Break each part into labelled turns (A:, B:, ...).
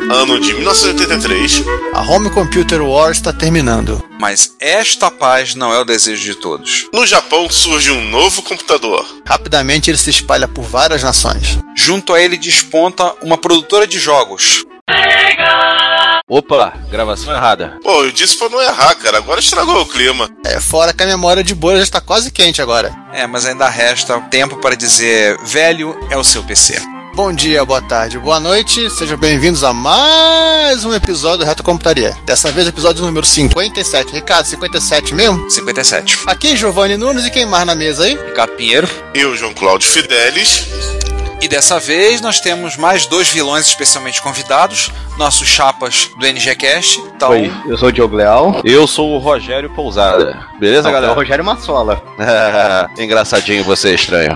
A: Ano de 1983.
B: A Home Computer War está terminando.
C: Mas esta paz não é o desejo de todos.
A: No Japão surge um novo computador.
B: Rapidamente ele se espalha por várias nações.
C: Junto a ele desponta uma produtora de jogos. Opa, gravação errada.
A: Pô, eu disse pra não errar, cara. Agora estragou o clima.
B: É fora que a memória de bolha já está quase quente agora.
C: É, mas ainda resta tempo para dizer: velho é o seu PC.
B: Bom dia, boa tarde, boa noite, sejam bem-vindos a mais um episódio do Reto Computaria. Dessa vez, episódio número 57. Ricardo, 57 mesmo?
C: 57.
B: Aqui, Giovanni Nunes e quem mais na mesa aí?
C: Ricardo Pinheiro.
A: Eu, João Cláudio Fidelis.
C: E dessa vez nós temos mais dois vilões especialmente convidados, nossos chapas do NGCast. Então,
D: Oi, eu sou o Diogo Leal.
E: Eu sou o Rogério Pousada. Beleza,
D: Não, é o
E: galera?
D: Rogério Massola.
E: Engraçadinho você, estranho.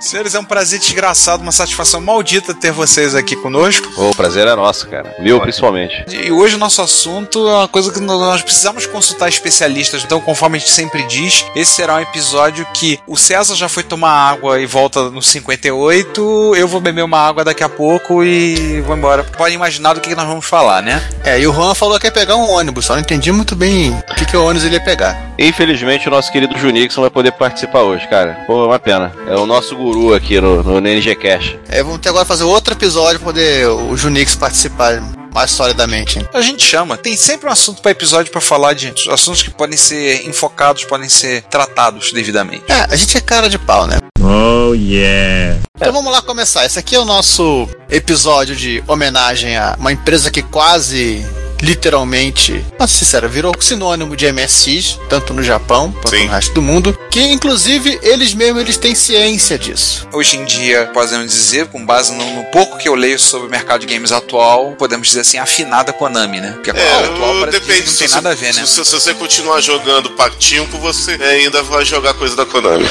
C: senhores, é um prazer desgraçado, uma satisfação maldita ter vocês aqui conosco.
E: Ô, o prazer é nosso, cara. Meu, principalmente.
C: E hoje o nosso assunto é uma coisa que no- nós precisamos consultar especialistas, então, conforme a gente sempre diz, esse será um episódio que o César já foi tomar água e volta no 58, eu vou beber uma água daqui a pouco e vou embora. Podem imaginar do que que nós vamos falar, né?
B: É, e o Juan falou que ia pegar um ônibus, só não entendi muito bem o que, que o ônibus ele ia pegar.
E: Infelizmente, o nosso querido Junix não vai poder participar hoje, cara. Pô, é uma pena. É o nosso guru aqui no, no NG Cash.
B: É, vamos ter agora fazer outro episódio pra poder o Junix participar mais solidamente. hein?
C: A gente chama. Tem sempre um assunto para episódio para falar de assuntos que podem ser enfocados, podem ser tratados devidamente.
B: É, a gente é cara de pau, né? Oh, yeah. Então vamos lá começar. Esse aqui é o nosso episódio de homenagem a uma empresa que quase literalmente, mas sincera, virou sinônimo de MSX, tanto no Japão quanto
A: Sim.
B: no resto do mundo, que inclusive eles mesmos eles têm ciência disso.
C: Hoje em dia, podemos dizer, com base no, no pouco que eu leio sobre o mercado de games atual, podemos dizer assim, afinada Konami, né? Porque a
A: É,
C: Konami atual
A: eu-
C: parece que
A: depende.
C: não
A: se
C: tem
A: você-
C: nada a ver,
A: se,
C: né?
A: você- se você continuar jogando Pactinko, você é, ainda vai jogar coisa da Konami.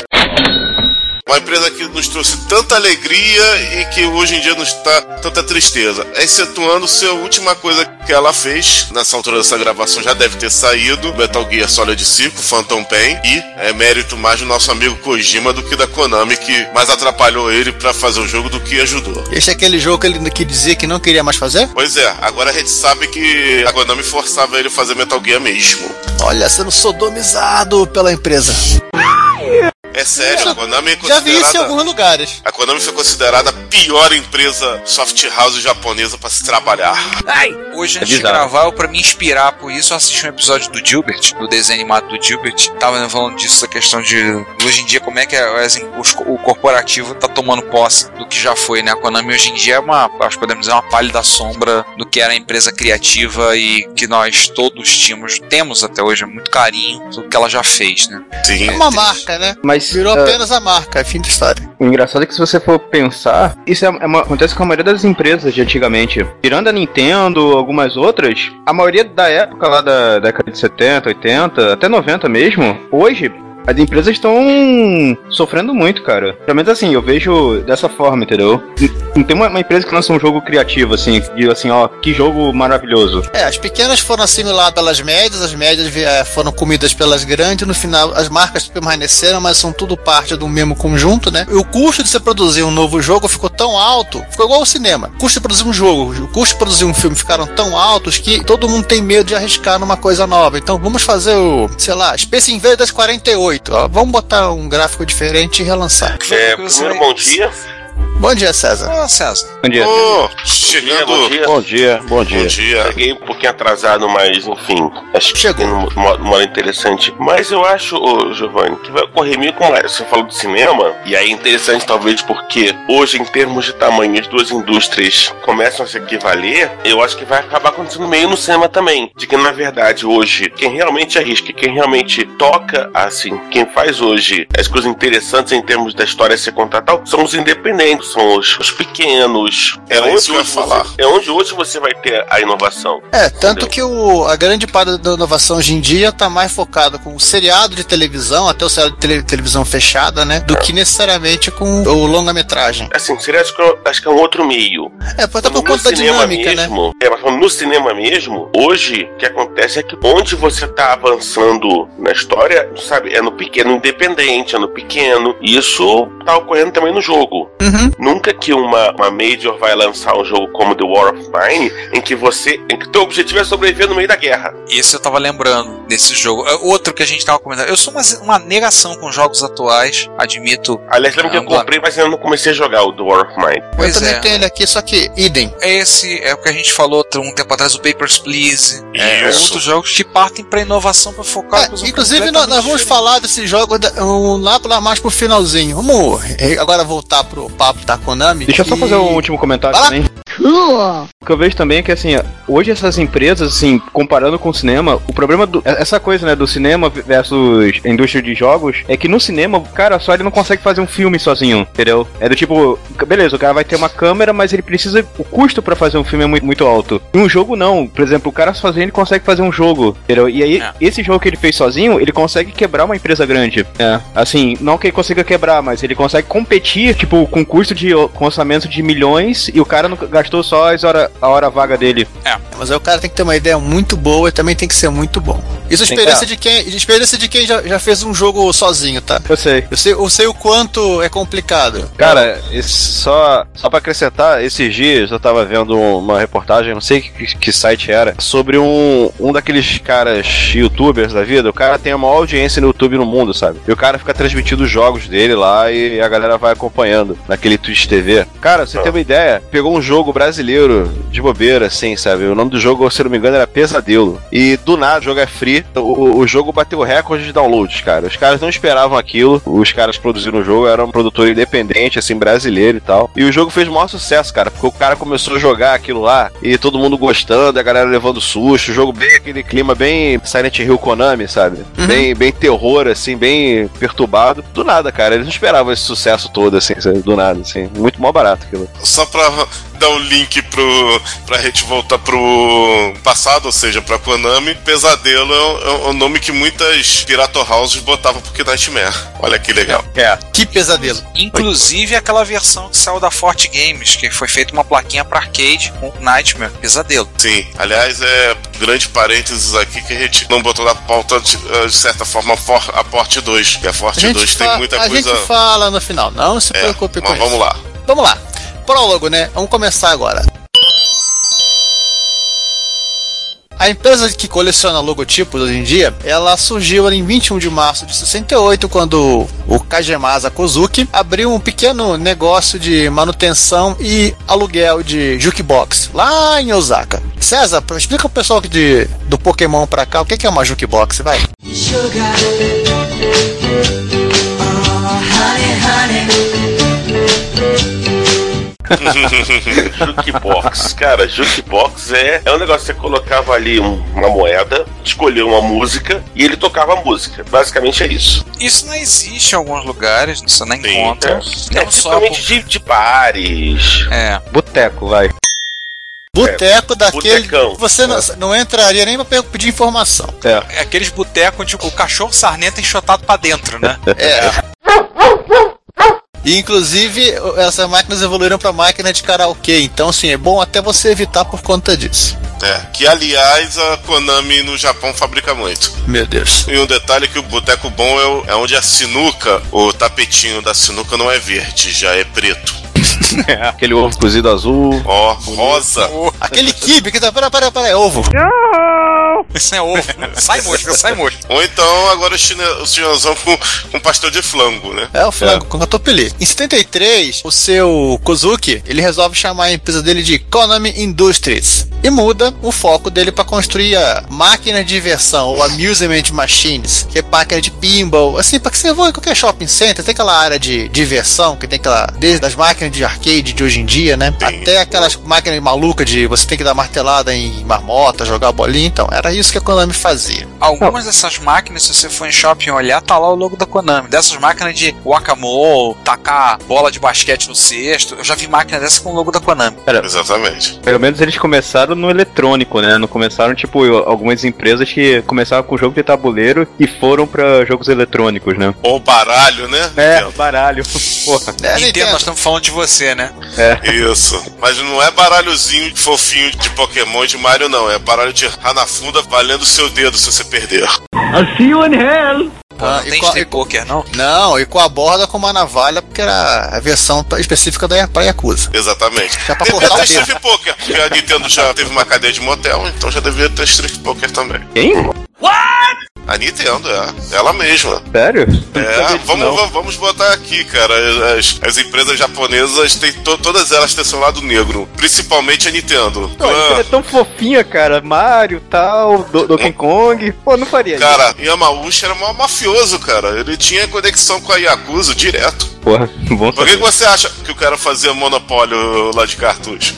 A: Uma empresa que nos trouxe tanta alegria e que hoje em dia nos dá tanta tristeza. Excetuando se a última coisa que ela fez, nessa altura dessa gravação já deve ter saído, Metal Gear Solid 5, Phantom Pain, e é mérito mais do nosso amigo Kojima do que da Konami, que mais atrapalhou ele pra fazer o jogo do que ajudou.
B: Esse é aquele jogo que ele que dizia que não queria mais fazer?
A: Pois é, agora a gente sabe que a Konami forçava ele a fazer Metal Gear mesmo.
B: Olha, sendo sodomizado pela empresa.
A: É sério, a Konami é
B: Já vi isso em
A: considerada.
B: alguns lugares.
A: A Konami foi considerada a pior empresa soft house japonesa pra se trabalhar.
C: Hoje, antes de
E: bizarro.
C: gravar, eu, pra me inspirar por isso, eu assisti um episódio do Gilbert, do desenho animado do Gilbert. Tava falando disso, da questão de hoje em dia, como é que é, assim, os co- o corporativo tá tomando posse do que já foi, né? A Konami hoje em dia é uma, acho que podemos dizer, uma pálida sombra do que era a empresa criativa e que nós todos tínhamos, temos até hoje, muito carinho do que ela já fez, né?
A: Sim.
B: É uma
C: triste.
B: marca, né?
D: Mas
B: Virou
D: ah,
B: apenas a marca, é fim de história.
D: o engraçado é que se você for pensar, isso é, é uma- acontece com a maioria das empresas de antigamente. Tirando a Nintendo, algumas outras, a maioria da época lá da década de 70, 80, até 90 mesmo, hoje As empresas estão sofrendo muito, cara. Pelo menos assim, eu vejo dessa forma, entendeu? Não tem uma, uma empresa que lança um jogo criativo, assim, de assim, ó, que jogo maravilhoso.
B: É, as pequenas foram assimiladas pelas médias, as médias vi- eh, foram comidas pelas grandes, no final as marcas permaneceram, mas são tudo parte do mesmo conjunto, né? E o custo de você produzir um novo jogo ficou tão alto, ficou igual ao cinema. O custo de produzir um jogo, o custo de produzir um filme ficaram tão altos que todo mundo tem medo de arriscar numa coisa nova. Então vamos fazer o, sei lá, Space Invaders 48. Ó, vamos botar um gráfico diferente e relançar.
C: Que foi
F: É,
C: que você-
F: primeiro bom dia.
B: Bom dia, César.
C: Ah, César.
D: Bom dia.
A: Ô,
F: Bom dia,
A: chegando.
F: bom dia.
E: Bom dia, bom
A: Bom
E: dia.
A: dia.
F: Cheguei um pouquinho atrasado, mas enfim, acho que
B: Chegou.
F: tem uma, uma hora interessante. Mas eu acho, ô, Giovanni, que vai ocorrer meio como é. Você falou de cinema, e aí é interessante talvez porque hoje, em termos de tamanho, as duas indústrias começam a se equivaler. Eu acho que vai acabar acontecendo meio no cinema também. De que, na verdade, hoje, quem realmente arrisca, quem realmente toca, assim, quem faz hoje as coisas interessantes em termos da história se contar tal, são os independentes, são os, os pequenos.
A: Era
F: onde
A: isso que eu ia
F: hoje
A: falar.
F: você- é onde hoje você vai ter a inovação.
B: É, tanto que o- a grande parte da inovação hoje em dia tá mais focada com o seriado de televisão, até o seriado de tele- televisão fechada, né? Do que necessariamente com o longa-metragem.
F: Assim, seria acho que, acho que é um outro meio.
B: É, até por
F: Tá No
B: conta da
F: cinema
B: dinâmica, né?
F: mesmo, É, mas falando no cinema mesmo, hoje, o que acontece é que onde você tá avançando na história, sabe, é no pequeno independente, é no pequeno. E isso tá ocorrendo também no jogo.
B: Uhum.
F: Nunca que uma, uma Major vai lançar um jogo como The War of Mine, em que você. em que teu objetivo é sobreviver no meio da guerra.
C: Esse eu tava lembrando desse jogo. É, Outro que a gente tava comentando. Eu sou uma, uma negação com jogos atuais, admito.
F: Aliás, lembra que eu
C: Caramba.
F: comprei, mas ainda não comecei a jogar o The War of Mine.
B: Eu
C: Pois
B: também
C: é.
B: tenho ele aqui, só que idem.
C: Esse é o que a gente falou t- um tempo atrás, o Papers, Please. É,
A: Isso.
C: outros jogos que partem pra inovação, pra focar.
B: É,
C: em coisa
B: inclusive, nós, nós vamos
C: completamente
B: falar desses jogos da- um, lá, pra- mais pro finalzinho. Vamos eh, agora voltar pro papo da Konami.
D: Deixa eu só
B: e-
D: fazer um último comentário
B: Vai lá.
D: também. O que eu vejo também é que, assim, hoje essas empresas, assim, comparando com o cinema, o problema do. Essa coisa, né, do cinema versus a indústria de jogos, é que no cinema, o cara só ele não consegue fazer um filme sozinho, entendeu? É do tipo, beleza, o cara vai ter uma câmera, mas ele precisa. O custo pra fazer um filme é muito, muito alto. E um jogo, não. Por exemplo, o cara sozinho ele consegue fazer um jogo, entendeu? E aí,
C: É.
D: esse jogo que ele fez sozinho, ele consegue quebrar uma empresa grande. É. Assim, não que ele consiga quebrar, mas ele consegue competir, tipo, com custo de. com orçamento de milhões, e o cara não gastou só as hora, a hora vaga dele.
B: Mas aí o cara tem que ter uma ideia muito boa e também tem que ser muito bom. Isso é
D: Tem
B: experiência de quem, experiência de quem já, já fez um jogo sozinho, tá?
D: Eu sei.
B: Eu sei, eu sei o quanto é complicado.
E: Cara, esse- só, só pra acrescentar, esses dias eu tava vendo uma reportagem, não sei que, que site era, sobre um, um daqueles caras youtubers da vida. O cara tem a maior audiência no YouTube no mundo, sabe? E o cara fica transmitindo os jogos dele lá e a galera vai acompanhando naquele Twitch TV. Cara, pra você ter uma ideia, pegou um jogo brasileiro de bobeira, assim, sabe? O nome do jogo, se eu não me engano, era Pesadelo. E do nada, o jogo é free. O- O, o jogo bateu recorde de downloads, cara. Os caras não esperavam aquilo. Os caras que produziram o jogo eram um produtor independente, assim, brasileiro e tal. E o jogo fez o maior sucesso, cara, porque o cara começou a jogar aquilo lá e todo mundo gostando, a galera levando susto. O jogo bem aquele clima, bem Silent Hill Konami, sabe? Bem, bem terror, assim, bem perturbado. Do nada, cara. Eles não esperavam esse sucesso todo, assim, sabe? do nada, assim. Muito mal barato aquilo.
F: é,
A: Só pra dar o link pro, pra gente voltar pro passado, ou seja, pra Konami, Pesadelo é o, é o nome que muitas Pirata Houses botavam porque Nightmare. Olha que legal.
B: Que pesadelo.
C: Inclusive aquela versão que saiu da Forte Games, que foi feita uma plaquinha pra arcade com Nightmare, pesadelo.
A: Sim, aliás, é grande parênteses aqui que a gente não botou na pauta, de, eh, de certa forma, for, a Porte 2. Que a
B: A
A: Forte
B: gente,
A: 2
B: fa-
A: tem muita
B: a
A: coisa.
B: gente fala no final, não se
A: É,
B: preocupe com
A: mas
B: isso.
A: vamos lá.
B: Vamos lá. Prólogo, né? Vamos começar agora. A empresa que coleciona logotipos hoje em dia, ela surgiu em 21 de março de 68, quando o Kajemasa Kozuki abriu um pequeno negócio de manutenção e aluguel de jukebox, lá em Osaka. César, explica pro pessoal que de, do Pokémon pra cá, o que que é uma jukebox, vai?
F: Jukebox, cara, jukebox é, é um negócio que você colocava ali um- uma moeda, escolhia uma música e ele tocava a música. Basicamente é isso.
C: Isso não existe em alguns lugares, você não
A: Sim,
E: um
C: encontra.
F: é
C: Não só
F: principalmente de, de bares.
C: por- É,
D: Boteco, vai.
B: Boteco daquele.
F: botecão.
B: Você não, não entraria nem pra pe- pedir informação.
C: É aqueles botecos onde o cachorro sarnento é enxotado pra dentro, né?
B: É. E, inclusive, o- essas máquinas evoluíram pra máquina de karaokê, então assim, é bom até você evitar por conta disso.
A: É, que aliás a Konami no Japão fabrica muito.
B: Meu Deus.
A: E um detalhe é que o boteco bom é, o- é onde a sinuca, o tapetinho da sinuca não é verde, já é preto.
E: Aquele ovo cozido azul.
A: Ó, rosa.
B: Aquele kibe que tá. Pera, pera, pera, é ovo.
C: Isso é ovo. né? Sai mosca, sai mosca.
A: Ou então agora o, chine, o chinesão com, com pastel de flango, né?
B: É o frango com catupiry. Em 73, o seu Kozuki, ele resolve chamar a empresa dele de Konami Industries e muda o foco dele pra construir a máquina de diversão, ou amusement machines, que é máquina de pinball, assim, pra que você vá em qualquer shopping center, tem aquela área de diversão que tem aquela desde as máquinas de arcade de hoje em dia, né?
A: Sim.
B: Até aquelas máquinas malucas de você tem que dar martelada em marmota, jogar bolinha, então era isso que a Konami fazia.
C: Algumas dessas máquinas, se você for em shopping olhar, tá lá o logo da Konami. Dessas máquinas de guacamole, tacar bola de basquete no cesto. Eu já vi máquina dessa com o logo da Konami.
A: Exatamente.
D: Pelo menos eles começaram no eletrônico, né? Não começaram, tipo, algumas empresas que começaram com jogo de tabuleiro e foram pra jogos eletrônicos, né?
A: Ou baralho, né?
D: É, baralho. Porra.
B: É,
C: Nintendo,
B: Nintendo.
C: nós estamos falando de você, né?
A: Isso. Mas não é baralhozinho fofinho de Pokémon e de Mario, não. É baralho de Hanafunda valendo seu dedo se você perder.
C: Pô,
B: Ah,
C: não
B: e
C: tem
B: qual-
C: street poker, não?
B: Não, e com a borda como a navalha, porque era a versão pra- específica da pra Yakuza.
A: Exatamente.
B: Já pra
A: Devia
B: cortar
A: ter
B: o dedo.
A: Street Poker, porque a Nintendo já teve uma cadeia de motel, então já devia ter Street Poker também.
D: Quem?
A: A Nintendo, é. Ela mesma.
D: Sério?
A: É, vamos, va- vamos botar aqui, cara. As, as empresas japonesas, têm to- todas elas têm seu lado negro. Principalmente a Nintendo.
D: Pô, a Nintendo é
A: Ah,
D: tão fofinha, cara. Mario, tal, Do- Donkey Kong. Pô, não faria isso.
A: Hum. Cara, Yamauchi era mó mafioso, cara. Ele tinha conexão com a Yakuza direto.
D: Porra, bom
A: Por que, que você acha que o cara fazia monopólio lá de cartucho?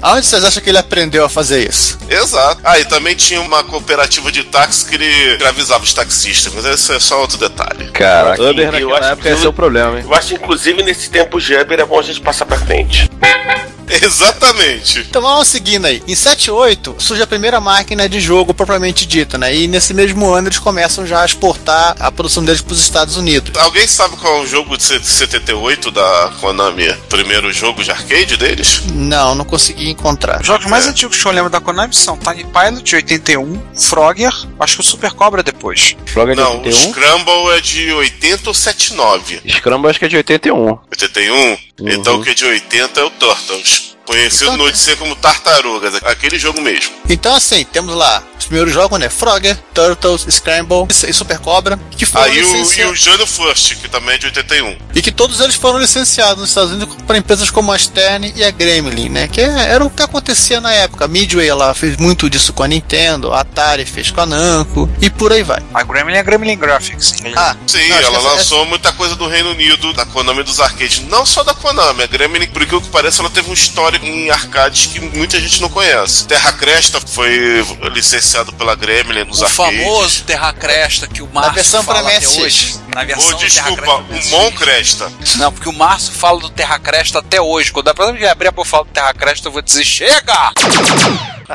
B: Aonde vocês acham que ele aprendeu a fazer isso?
A: Exato. Ah, e também tinha uma cooperativa de táxi que ele escravizava os taxistas, mas esse é só outro detalhe.
E: Caraca,
F: Uber naquela época ia ser o
E: problema, hein?
F: Eu acho, inclusive, nesse tempo de Uber é bom a gente passar pra frente.
A: Exatamente.
B: Então vamos seguindo aí. Em 78 surge a primeira máquina de jogo propriamente dita, né? E nesse mesmo ano eles começam já a exportar a produção deles para os Estados Unidos.
A: Alguém sabe qual é o jogo de 78 da Konami? Primeiro jogo de arcade deles?
B: Não, não consegui encontrar.
C: Os jogos mais antigos que eu lembro da Konami são Tiny Pilot de 81, Frogger, acho que o Super Cobra depois.
E: Frog é de
A: Não, o
E: 81?
A: Scramble é de 80 ou 79?
E: Scramble acho que é de 81.
A: 81?
C: Uhum.
A: Então o que é de 80 é o Turtles. Conhecido no Odyssey como Tartarugas, aquele jogo mesmo.
B: Então assim, temos lá os primeiros jogos, né? Frogger, Turtles, Scramble e Super Cobra, que foram
A: Aí o, e
C: é
B: licenciados.
A: o Jano First, que também é de 81.
B: E que todos eles foram licenciados nos Estados Unidos para empresas como a Stern e a Gremlin, né? Que é- era o que acontecia na época. A Midway ela fez muito disso com a Nintendo, a Atari fez com a Namco e por aí vai.
C: A Gremlin é a Gremlin Graphics.
B: Ah,
A: Sim,
B: não, acho
A: ela
B: que essa-
A: lançou muita coisa do Reino Unido, da Konami e dos arcades. Não só da Konami, a Gremlin, por aquilo que parece, ela teve um histórico em arcades que muita gente não conhece. Terra Cresta foi licenciado pela Gremlin nos
C: o
A: arcades.
C: famoso Terra Cresta que o Márcio
B: versão pra
C: fala até
B: MSX.
C: hoje. Na versão
A: Ou,
C: do
A: desculpa,
C: Terra Cresta
A: o Mon Cresta.
C: Não, porque o Márcio fala do Terra Cresta até hoje. Quando a próxima vez que abrir a por falar do Terra Cresta, eu vou dizer: Chega!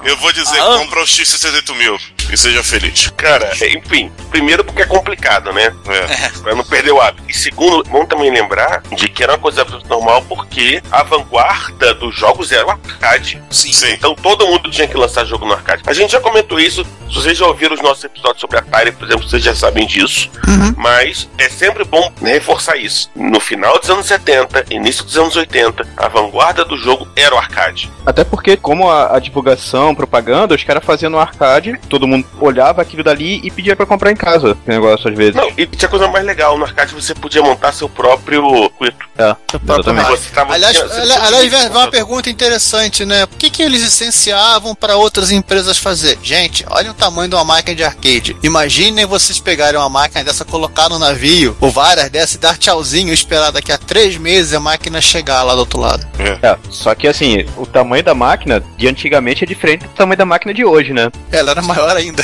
A: Eu vou dizer,
C: Ah.
A: compra o X68000 e seja feliz.
F: Cara, enfim. Primeiro porque é complicado, né?
A: É.
F: Pra não perder o hábito. E segundo, vamos também lembrar de que era uma coisa absolutamente normal porque a vanguarda dos jogos era o arcade.
C: Sim.
A: Sim.
F: Então todo mundo tinha que lançar jogo no arcade. A gente já comentou isso. Se vocês já ouviram os nossos episódios sobre Atari, por exemplo, vocês já sabem disso.
B: Uhum.
F: Mas é sempre bom reforçar isso. No final dos anos 70, início dos anos 80, a vanguarda do jogo era o arcade.
D: Até porque, como a, a divulgação, propaganda, os caras faziam no arcade, todo mundo olhava aquilo dali e pedia pra comprar em casa o negócio às vezes.
F: Não, e tinha coisa mais legal. No arcade você podia montar seu próprio circuito.
D: É, Exatamente.
F: Você tava-
B: Aliás,
F: tinha- você
B: ali-
F: tinha-
B: aliás, vai vai uma pergunta interessante, né? Por que, que eles licenciavam para outras empresas fazer? Gente, olha o tamanho de uma máquina de arcade. Imaginem vocês pegarem uma máquina dessa, colocar no navio, ou várias dessa, e dar tchauzinho, e esperar daqui a três meses a máquina chegar lá do outro lado.
D: É, só que assim, o tamanho da máquina de antigamente é diferente do tamanho da máquina de hoje, né?
B: Ela era maior ainda.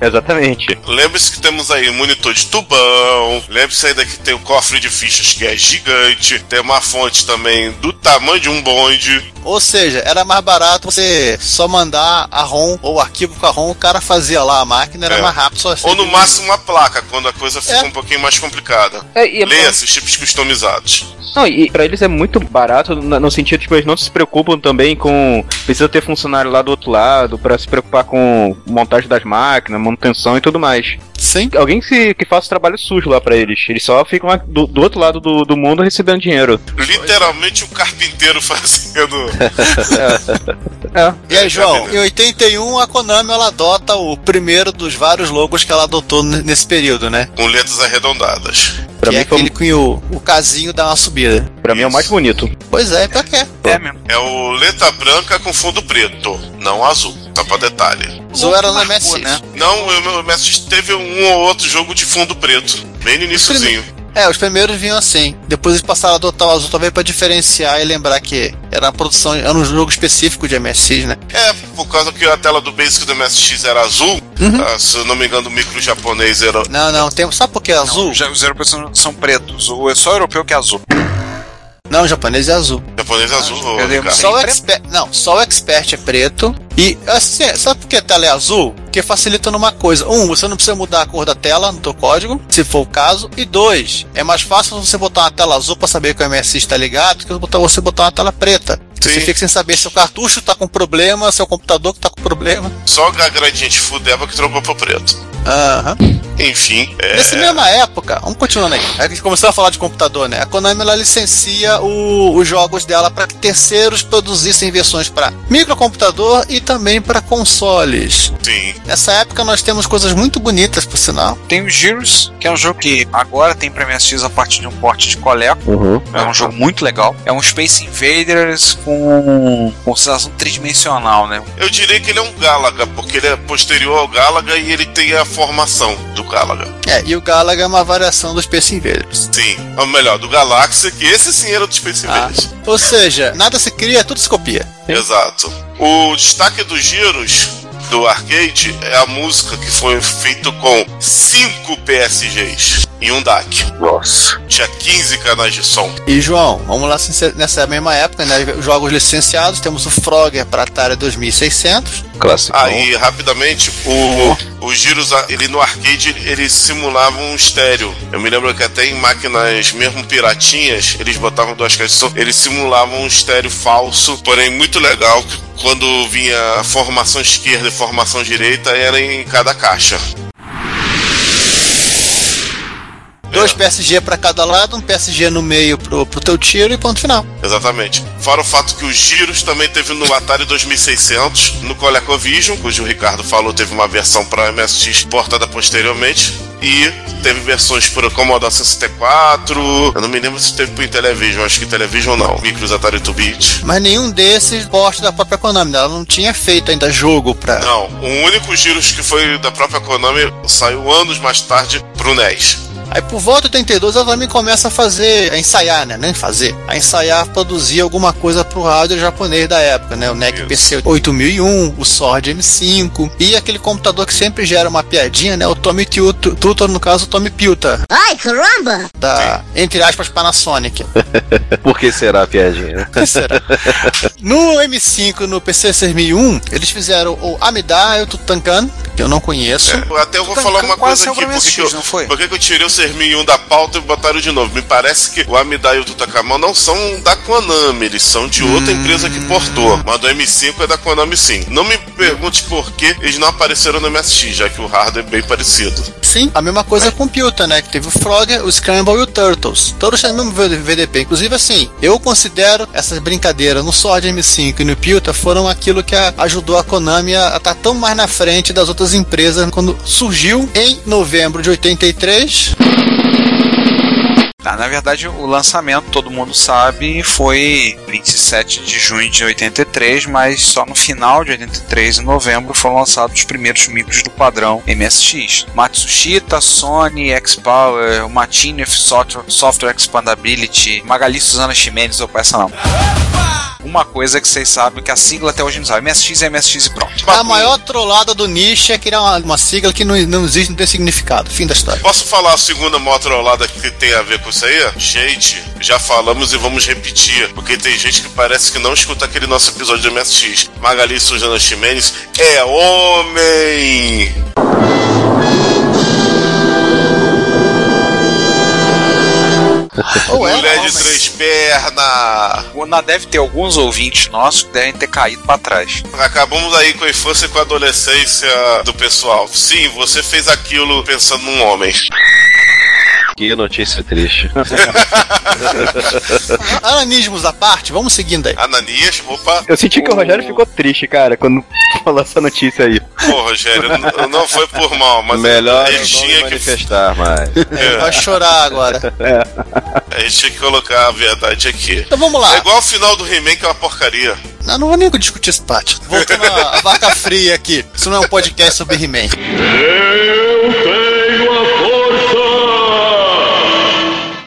D: Exatamente.
A: Lembre-se que temos aí um monitor de tubão. Lembre-se ainda que tem o cofre de fichas que é gigante. Tem uma fonte também do tamanho de um bonde.
B: Ou seja, era mais barato você só mandar a ROM ou o arquivo com a ROM, o cara fazia lá a máquina, era
A: É.
B: mais rápido. Só
A: Ou
B: assim.
A: no máximo uma placa, quando a coisa fica
B: É.
A: um pouquinho mais complicada.
D: É, e é
A: Leia esses chips customizados.
D: Não, e pra eles é muito barato na- no sentido tipo, eles não se preocupam também com. Precisa ter funcionário lá do outro lado pra se preocupar com montagem das máquinas, manutenção e tudo mais.
B: Sim.
D: Alguém que, se- que faça trabalho sujo lá pra eles. Eles só ficam lá do, do outro lado do, do mundo recebendo dinheiro.
A: Literalmente o carpinteiro fazendo. É,
B: E aí, João, em 81 a Konami ela adota o primeiro dos vários logos que ela adotou n- nesse período, né?
A: com letras arredondadas.
D: Pra,
B: que
D: mim,
B: é
D: foi, um-
B: aquele que o, o casinho dá uma subida.
D: pra mim é o mais bonito.
B: Pois é, pra quê?
C: É mesmo.
A: É o letra branca com fundo preto, não azul, só pra detalhe.
D: Um
B: Zoeira
C: Marcou,
B: no MSX.
C: né?
A: Não, o meu MSX teve um ou outro jogo de fundo preto, bem no iniciozinho.
B: É, os primeiros vinham assim. Depois eles passaram a adotar o azul talvez pra diferenciar e lembrar que era uma produção, era um jogo específico de MSX, né?
A: É, por causa que a tela do Basic do MSX era azul, ah, se eu não me engano, o micro japonês era.
B: Não, não, tem, sabe por que é azul?
C: Já, os europeus são, são pretos. O é só europeu que é azul.
B: Não, o japonês é azul.
A: Japonês azul, ô,
C: cadê o
A: Ricardo.
C: Sim,
B: Só o,
C: preto.
B: expert, não, só o expert é preto. E assim, sabe por que a tela é azul? Porque facilita numa coisa. Um, você não precisa mudar a cor da tela no teu código, se for o caso. E dois, é mais fácil você botar uma tela azul pra saber que o MSI está tá ligado que botar- você botar uma tela preta. Você
A: Sim.
B: fica sem saber se o cartucho tá com problema, se é o computador que tá com problema.
A: Só a gradiente fudeba que trocou pro preto.
B: Aham.
A: Enfim, é.
B: Nessa mesma época, vamos continuando aí. A gente começou a falar de computador, né? A Konami ela licencia o- os jogos dela para que terceiros produzissem versões para microcomputador e também para consoles.
A: Sim.
B: Nessa época nós temos coisas muito bonitas, por sinal.
C: Tem o Girus, que é um jogo que agora tem pra MSX a partir de um porte de Coleco.
D: Uhum.
C: É um jogo muito legal. É um Space Invaders com, com sensação tridimensional, né?
A: Eu diria que ele é um Galaga, porque ele é posterior ao Galaga e ele tem a formação do Galaga.
B: É, e o Galaga é uma variação dos Space Invaders.
A: Sim, ou melhor, do Galáxia, que esse sim era do Space
B: Ah.
A: Invaders.
B: Ou seja, nada se cria, tudo se copia.
A: Exato. O destaque dos giros do arcade é a música que foi feita com 5 PSGs e um DAC.
F: Nossa.
A: Tinha 15 canais de som.
B: E João, vamos lá sincer- nessa mesma época, né? os Jogos licenciados, temos o Frogger para Atari 2600.
E: Clássico.
A: Aí, rapidamente, o, o giros, ele no arcade, ele simulava um estéreo. Eu me lembro que até em máquinas, mesmo piratinhas, eles botavam duas caixas de som, eles simulavam um estéreo falso, porém muito legal, que quando vinha a formação esquerda e formação direita, era em cada caixa.
B: Dois PSG para cada lado, um PSG no meio pro, pro teu tiro e ponto final.
A: Exatamente. Fora o fato que o Giros também teve no Atari 2600, no ColecoVision, cujo o Ricardo falou, teve uma versão para MSX portada posteriormente. E teve versões para Commodore 64. Eu não me lembro se teve para Intellivision, acho que Intellivision não. Micros Atari 2-bit.
B: Mas nenhum desses porte da própria Konami, né? ela não tinha feito ainda jogo pra.
A: Não, o único Giros que foi da própria Konami saiu anos mais tarde pro NES.
B: Aí por volta de 82 ela também começa a fazer, a ensaiar, né? Nem fazer, a ensaiar, produzir alguma coisa pro rádio japonês da época, né? O NEC
A: Isso.
B: PC 8001, o Sword M5 e aquele computador que sempre gera uma piadinha, né? O Tommy Tutor, Tutor, no caso o Tommy Pilta. Ai, caramba! Da, entre aspas, Panasonic.
F: né?
E: Por que será a piadinha? né?
B: Será? No M5, no PC 6001, eles fizeram o Amidá e o Tutankan, que eu não conheço.
A: Até eu vou
C: Então,
A: falar uma
C: quase
A: coisa
C: saiu
A: aqui,
C: pra
A: porque
C: MSX,
A: que eu,
C: não foi?
A: Por que, que eu tirei o 6001 da pauta e botaram de novo? Me parece que o Amidá e o Tutakamon não são da Konami, eles são de outra empresa que portou. Mas do M5 é da Konami sim. Não me pergunte por que eles não apareceram no MSX, já que o hardware é bem parecido.
B: Sim, a mesma coisa com o Pewter, né? Que teve o Frogger, o Scramble e o Turtles. Todos têm o mesmo V- VDP. Inclusive, assim, eu considero essas brincadeiras no Sword M5 e no Pewter foram aquilo que a- ajudou a Konami a estar tão mais na frente das outras empresas quando surgiu em novembro de 83.
C: Ah, na verdade, o lançamento, todo mundo sabe, foi 27 de junho de 83, mas só no final de 83, em novembro, foram lançados os primeiros micros do padrão MSX. Matsushita, Sony, X-Power, Matinef Software, Software Expandability, Magali Suzana Chimenez, ou essa não. Um alguma coisa que vocês sabem, que a sigla até hoje não sabe. MSX é MSX e pronto.
B: A maior trollada do nicho é criar uma, uma sigla que não, não existe, não tem significado. Fim da história.
A: Posso falar a segunda maior trollada que tem a ver com isso aí? Gente, já falamos e vamos repetir, porque tem gente que parece que não escuta aquele nosso episódio do MSX. Magali Suzana Ximenes é homem!
B: Ou é
A: Mulher de
B: homem.
A: três pernas!
C: Na deve ter alguns ouvintes nossos que devem ter caído pra trás.
A: Acabamos aí com a infância e com a adolescência do pessoal. Sim, você fez aquilo pensando num homem.
E: Que notícia triste.
B: Ananismos à parte, vamos seguindo aí.
A: Ananias, opa.
D: Eu senti que o Rogério ficou triste, cara, quando falou essa notícia aí.
A: Pô, Rogério, n- não foi por mal, mas
B: Né?
E: Melhor
A: a
E: eu
A: gente
E: não me
A: tinha que.
E: manifestar mais.
A: é,
B: Vai chorar agora.
A: a gente tinha que colocar a verdade aqui.
B: Então vamos
A: É
B: lá.
A: igual o final do He-Man, que é uma porcaria.
B: Não, não vou nem discutir essa parte. Voltando à à vaca fria aqui. Isso não é um podcast sobre He-Man.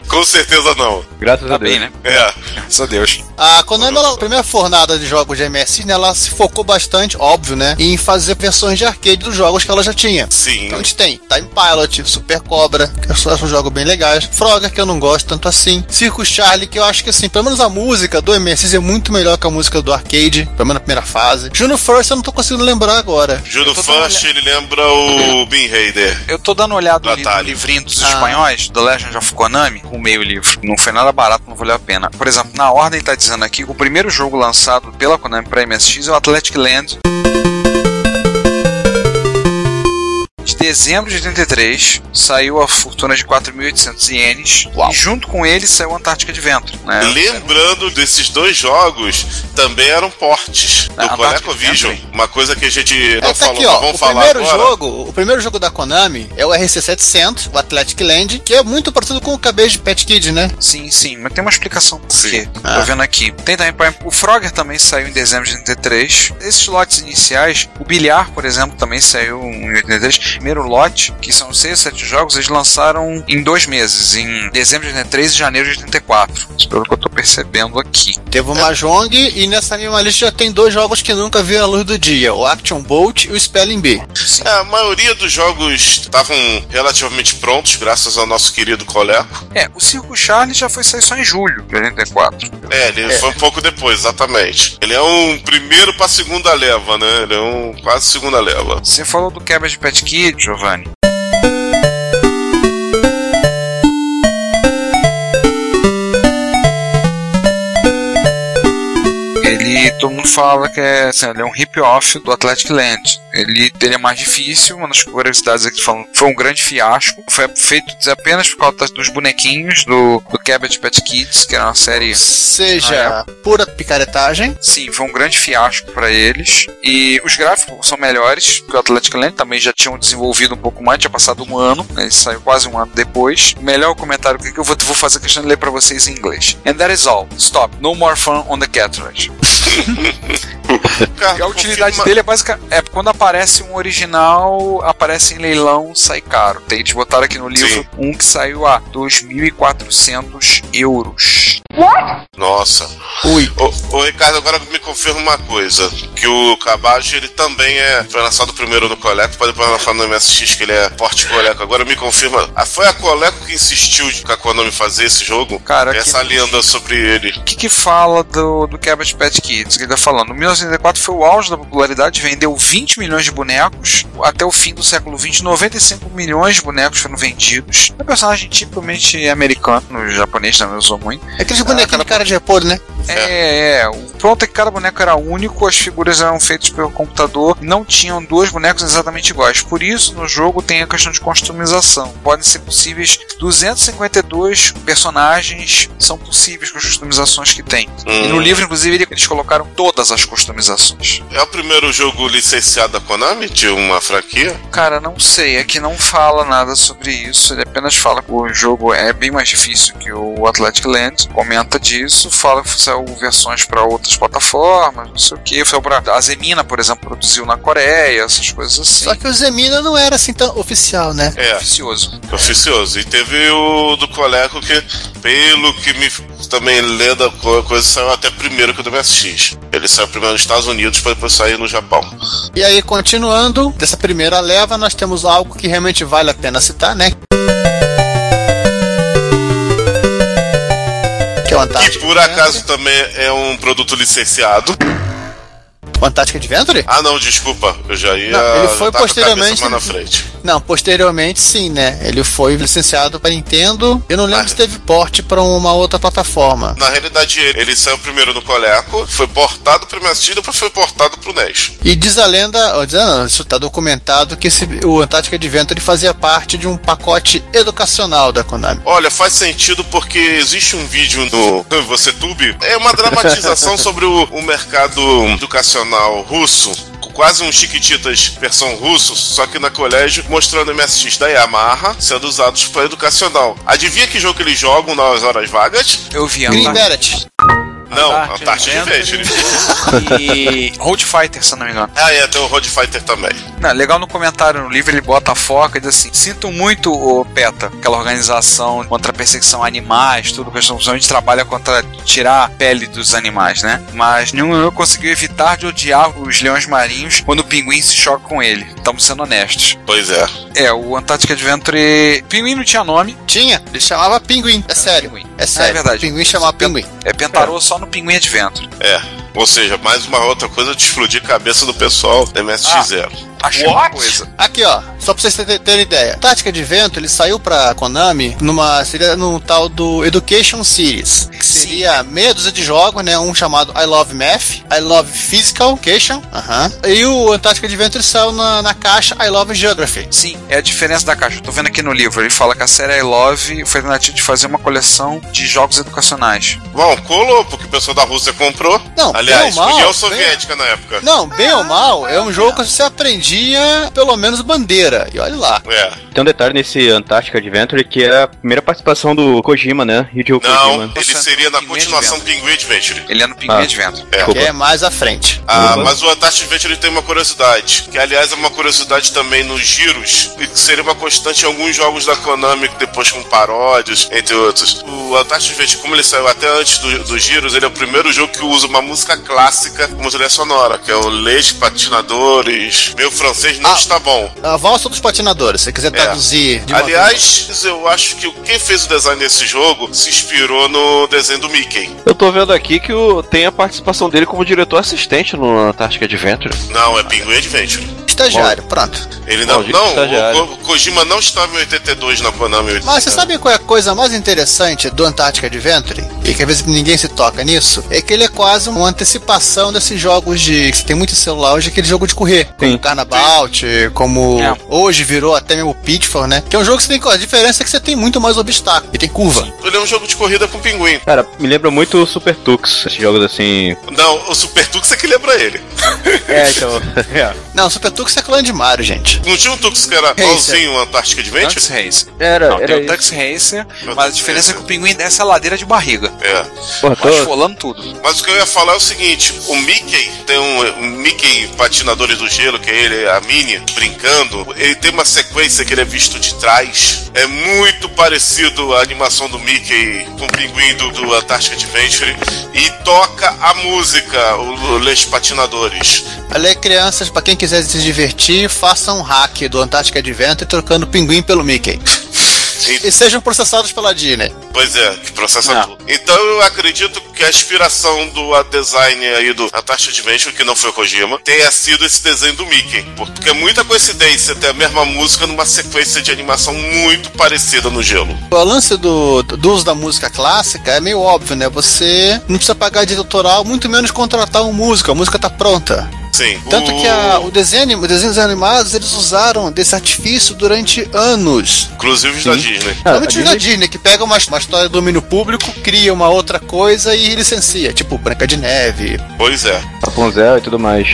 A: Com certeza não.
D: Graças
C: Tá
D: a Deus.
C: bem, né?
A: É.
C: Graças a Deus.
B: A Konami, ela, a primeira fornada de jogos de MSX, né, ela se focou bastante, óbvio, né, em fazer versões de arcade dos jogos que ela já tinha.
A: Sim.
B: Então a gente tem Time Pilot, Super Cobra, que eu só acho um jogo bem legais, Frogger, que eu não gosto tanto assim, Circo Charlie, que eu acho que assim, pelo menos a música do MSX é muito melhor que a música do arcade, pelo menos na primeira fase. Juno First eu não tô conseguindo lembrar agora.
A: Juno
C: Eu tô dando
A: First, ele lembra o Bin Raider.
C: Eu tô dando uma olhada ali no Ah.
A: Batalha.
C: tá, livrinho dos espanhóis, The Legend of Konami, o meio livro. Não foi nada barato, não valeu a pena. Por exemplo, na ordem tá dizendo aqui que o primeiro jogo lançado pela Konami pra MSX é o Athletic Land. De dezembro de 83 saiu a fortuna de 4.800 ienes e junto com ele saiu o Antártica Adventure.
B: É.
C: Né?
A: Lembrando desses dois jogos, também eram portes
C: Ah,
A: do
C: a parte
A: Coleco
C: de
A: Vision.
C: dentro,
A: Uma coisa que a gente não
B: É, tá
A: falou,
B: aqui,
A: mas
B: ó.
A: vamos
B: O
A: falar
B: primeiro,
A: agora.
B: jogo, o primeiro jogo da Konami é o RC700, o Athletic Land, que é muito parecido com o cabeça de Pet Kid, né?
C: Sim, sim, mas tem uma explicação por
A: Sim.
C: quê.
B: Ah.
C: Tô vendo aqui. Tem também, por exemplo, o Frogger também saiu em dezembro de 83. Esses lotes iniciais, o Bilhar, por exemplo, também saiu em 83. Primeiro lote, que são seis, sete jogos, eles lançaram em dois meses, em dezembro de 83 e janeiro de 84. Isso pelo que eu tô percebendo aqui.
B: Teve
A: É.
B: o Mahjong e nessa mesma lista já tem dois jogos que nunca viram a luz do dia, o Action Bolt e o Spelling Bee.
A: É, a maioria dos jogos estavam relativamente prontos, graças ao nosso querido Coleco.
C: É, o Circo Charlie já foi sair só em julho de 84.
A: É, ele foi um pouco depois, exatamente. Ele é um primeiro pra segunda leva, né? Ele é um quase segunda leva.
C: Você falou do quebra de Pet Kid, Giovanni. Ele, todo mundo fala que é, assim, ele é um rip-off do Athletic Land. Ele, ele é mais difícil, uma das curiosidades aqui falam foi um grande fiasco. Foi feito apenas por causa dos bonequinhos do, do Cabbage Pet Kids, que era uma série
B: Seja
A: Ah, é.
B: pura picaretagem.
C: Sim, foi um grande fiasco para eles. E os gráficos são melhores que o Athletic Land, também já tinham desenvolvido um pouco mais, tinha passado um ano, né, ele saiu quase um ano depois. Melhor comentário que eu vou, vou fazer a questão de ler para vocês em inglês. And that is all. Stop. No more fun on the Cataract.
A: Cara,
C: A utilidade
A: confirma-
C: dele é basicamente. É, quando aparece um original, aparece em leilão, sai caro. Tem, eles botaram aqui no livro
A: Sim.
C: um que saiu a 2.400 euros.
A: Nossa.
B: Ui.
A: Ô, ô, Ricardo, agora me confirma uma coisa: que o Cabage ele também é. Foi lançado primeiro no Coleco, pra depois lançar no MSX, que ele é forte Coleco. Agora me confirma. Ah, foi a Coleco que insistiu com a Konami fazer esse jogo?
C: Cara, que
A: Essa lenda sobre ele.
C: O que, que fala do, do Cabbage Patch Kids? O que ele tá falando? 1984 foi o auge da popularidade, vendeu 20 milhões de bonecos. Até o fim do século XX, 95 milhões de bonecos foram vendidos. É um personagem tipicamente americano, o japonês também usou muito.
B: É aqueles bonequinhos de cara de repolho, né?
C: É, é. O pronto é que cada boneco era único, as figuras eram feitas pelo computador, não tinham dois bonecos exatamente iguais. Por isso, no jogo tem a questão de customização. Podem ser possíveis 252 personagens, são possíveis com as customizações que tem. E no
A: Hum.
C: livro, inclusive, ele- eles colocaram todas as customizações.
A: É o primeiro jogo licenciado da Konami de uma franquia?
C: Cara, não sei, é que não fala nada sobre isso, ele apenas fala que o jogo é bem mais difícil que o Athletic Land, comenta disso, fala que saiu versões para outras outras plataformas, não sei o que. Foi pra, a Zemina, por exemplo, produziu na Coreia, essas coisas assim.
B: Só que o Zemina não era assim tão oficial, né?
A: É,
C: Oficioso.
A: oficioso. E teve o do Coleco que, pelo que me também lê da co- coisa, saiu até primeiro que o do MSX. Ele saiu primeiro nos Estados Unidos para depois sair no Japão.
B: E aí, continuando dessa primeira leva, nós temos algo que realmente vale a pena citar, né? Que é o
A: E
B: Antártica.
A: por acaso também é um produto licenciado.
B: O Antártica Adventure?
A: Ah, não, desculpa. Eu já ia.
B: Não,
A: já tava
B: ele foi
A: com a cabeça
B: posteriormente-
A: mais na frente.
B: Não, posteriormente sim, né? Ele foi licenciado para Nintendo. Eu não lembro se teve porte para uma outra plataforma.
A: Na realidade, ele, ele saiu primeiro no Coleco, foi portado pro MSX, depois foi portado pro NES.
B: E diz a lenda, ó, diz a- não, isso está documentado, que esse- o Antártica Adventure fazia parte de um pacote educacional da Konami.
A: Olha, faz sentido porque existe um vídeo no Você Tube, é uma dramatização sobre o, o mercado educacional russo. Quase um Chiquititas versão russo, só que na colégio, mostrando MSX da Yamaha sendo usados para educacional. Adivinha que jogo que eles jogam nas horas vagas?
C: Eu vi
B: Green
C: Antártica.
B: Beret.
A: Não,
G: Antártida
A: Antártida
G: Adventure.
A: Adventure.
C: e Road Fighter, se eu não me engano.
A: Ah, é, tem o Road Fighter também.
C: Não, legal no comentário no livro ele bota a foca e diz assim: Sinto muito o PETA, aquela organização contra a perseguição a animais, tudo, que principalmente trabalha contra tirar a pele dos animais, né? Mas nenhum eu conseguiu evitar de odiar os leões marinhos quando o pinguim se choca com ele. Estamos sendo honestos.
A: Pois é.
C: É, o Antarctic Adventure. Pinguim não tinha nome.
B: Tinha, ele chamava Pinguim. É sério.
C: Pinguim.
B: É sério.
C: verdade.
B: Pinguim chamava Pinguim.
C: É Pentarou só no Pinguim Adventure.
A: É. Ou seja, mais uma outra coisa de explodir a cabeça do pessoal MSX0.
C: Achei uma coisa.
B: Aqui, ó, só pra vocês terem, terem ideia. Tática de Vento, ele saiu pra Konami numa seria num tal do Education Series, que
C: Sim.
B: seria meia dúzia de jogos, né? Um chamado I Love Math, I Love Physical Education, aham. E o Antártica de Vento ele saiu na, na caixa I Love Geography.
C: Sim, é a diferença da caixa. Eu tô vendo aqui no livro. Ele fala que a série I Love foi tentativa de fazer uma coleção de jogos educacionais.
A: Bom, colou, porque o pessoal da Rússia comprou.
B: Não, né?
A: Aliás,
B: bem ou mal,
A: União Soviética na época.
B: Não, bem ou mal, é um jogo que você aprendia pelo menos bandeira. E olha lá.
A: É.
D: Tem um detalhe nesse Antártica Adventure que é a primeira participação do Kojima, né? E
A: Não,
D: Kojima.
A: ele
C: Nossa,
A: seria na
C: Pinguim
A: continuação Pinguim Adventure.
C: Ele é no Pinguim
D: Ah.
C: Adventure.
B: Que é mais à frente.
A: Ah, mas o Antártico Adventure ele tem uma curiosidade, que aliás é uma curiosidade também nos giros, e que seria uma constante em alguns jogos da Konami, que depois com paródias, entre outros. O Antártico Adventure, como ele saiu até antes do- dos giros, ele é o primeiro jogo que usa uma música clássica como trilha sonora, que é o Leite Patinadores. Meu francês não
B: Ah,
A: está bom.
B: A valsa dos patinadores, se você quiser
A: É.
B: traduzir. de uma
A: Aliás, eu acho que quem fez o design desse jogo se inspirou no desenho do Mickey.
E: Eu tô vendo aqui que o, tem a participação dele como diretor assistente no Antarctic Adventure.
A: Não, é Pinguim Adventure.
B: vez, estagiário, pronto.
A: Ele não.
E: Maldito
A: Não,
E: estagiário.
A: o Ko- Kojima não estava em 82 na Konami. 82.
B: Mas você sabe qual é a coisa mais interessante do Antarctic Adventure? E que às vezes ninguém se toca nisso? É que ele é quase uma antecipação desses jogos de. que você tem muito em celular hoje, é aquele jogo de correr. Como Carnabout, como.
C: É.
B: hoje virou até mesmo Pitfall, né? Que é um jogo que você tem. A diferença é que você tem muito mais obstáculo e tem curva.
A: Ele é um jogo de corrida com pinguim.
D: Cara, me lembra muito o Super Tux, esses jogos assim.
A: Não, o Super Tux é que lembra ele.
D: É, então.
B: Não, Super Tux é clã de Mario, gente.
A: Não tinha um Tux que era
B: É isso,
A: igualzinho o Antarctic Adventure?
C: Tux Racer.
D: Era,
C: Não,
D: era
C: tem um o
D: isso.
C: Tux Racer,
A: Eu
C: mas a
A: Tux
C: diferença é
A: Racer.
C: que o pinguim desce a ladeira de barriga.
A: É.
D: Porra,
C: Mas
D: tô...
C: folando tudo.
A: Mas o que eu ia falar é o seguinte: o Mickey tem um, um Mickey Patinadores do Gelo, que é ele, a Minnie, brincando. Ele tem uma sequência que ele é visto de trás. É muito parecido a animação do Mickey com o pinguim do, do Antarctic Adventure. E toca a música, o, o Les Patinadores.
B: Aliás, é crianças, pra quem quiser se divertir, façam um hack do Antarctic Adventure trocando pinguim pelo Mickey.
A: E-
B: E sejam processados pela Disney.
A: Pois é, que processa tudo. Então eu acredito que a inspiração do a design aí do Natasha Adventure, que não foi o Kojima, tenha sido esse desenho do Mickey. Porque é muita coincidência ter a mesma música numa sequência de animação muito parecida no gelo.
B: O lance do, do uso da música clássica é meio óbvio, né? Você não precisa pagar direito autoral, muito menos contratar um músico, a música tá pronta.
A: Sim.
B: Tanto
A: o-
B: que a- o desenho, anim- os desenhos animados, eles usaram desse artifício durante anos.
A: Inclusive os da Disney.
D: Ah,
B: Principalmente os da Disney, que pega uma, uma história do domínio público, cria uma outra coisa e licencia, tipo Branca de Neve.
A: Pois é.
D: Rapunzel e tudo mais.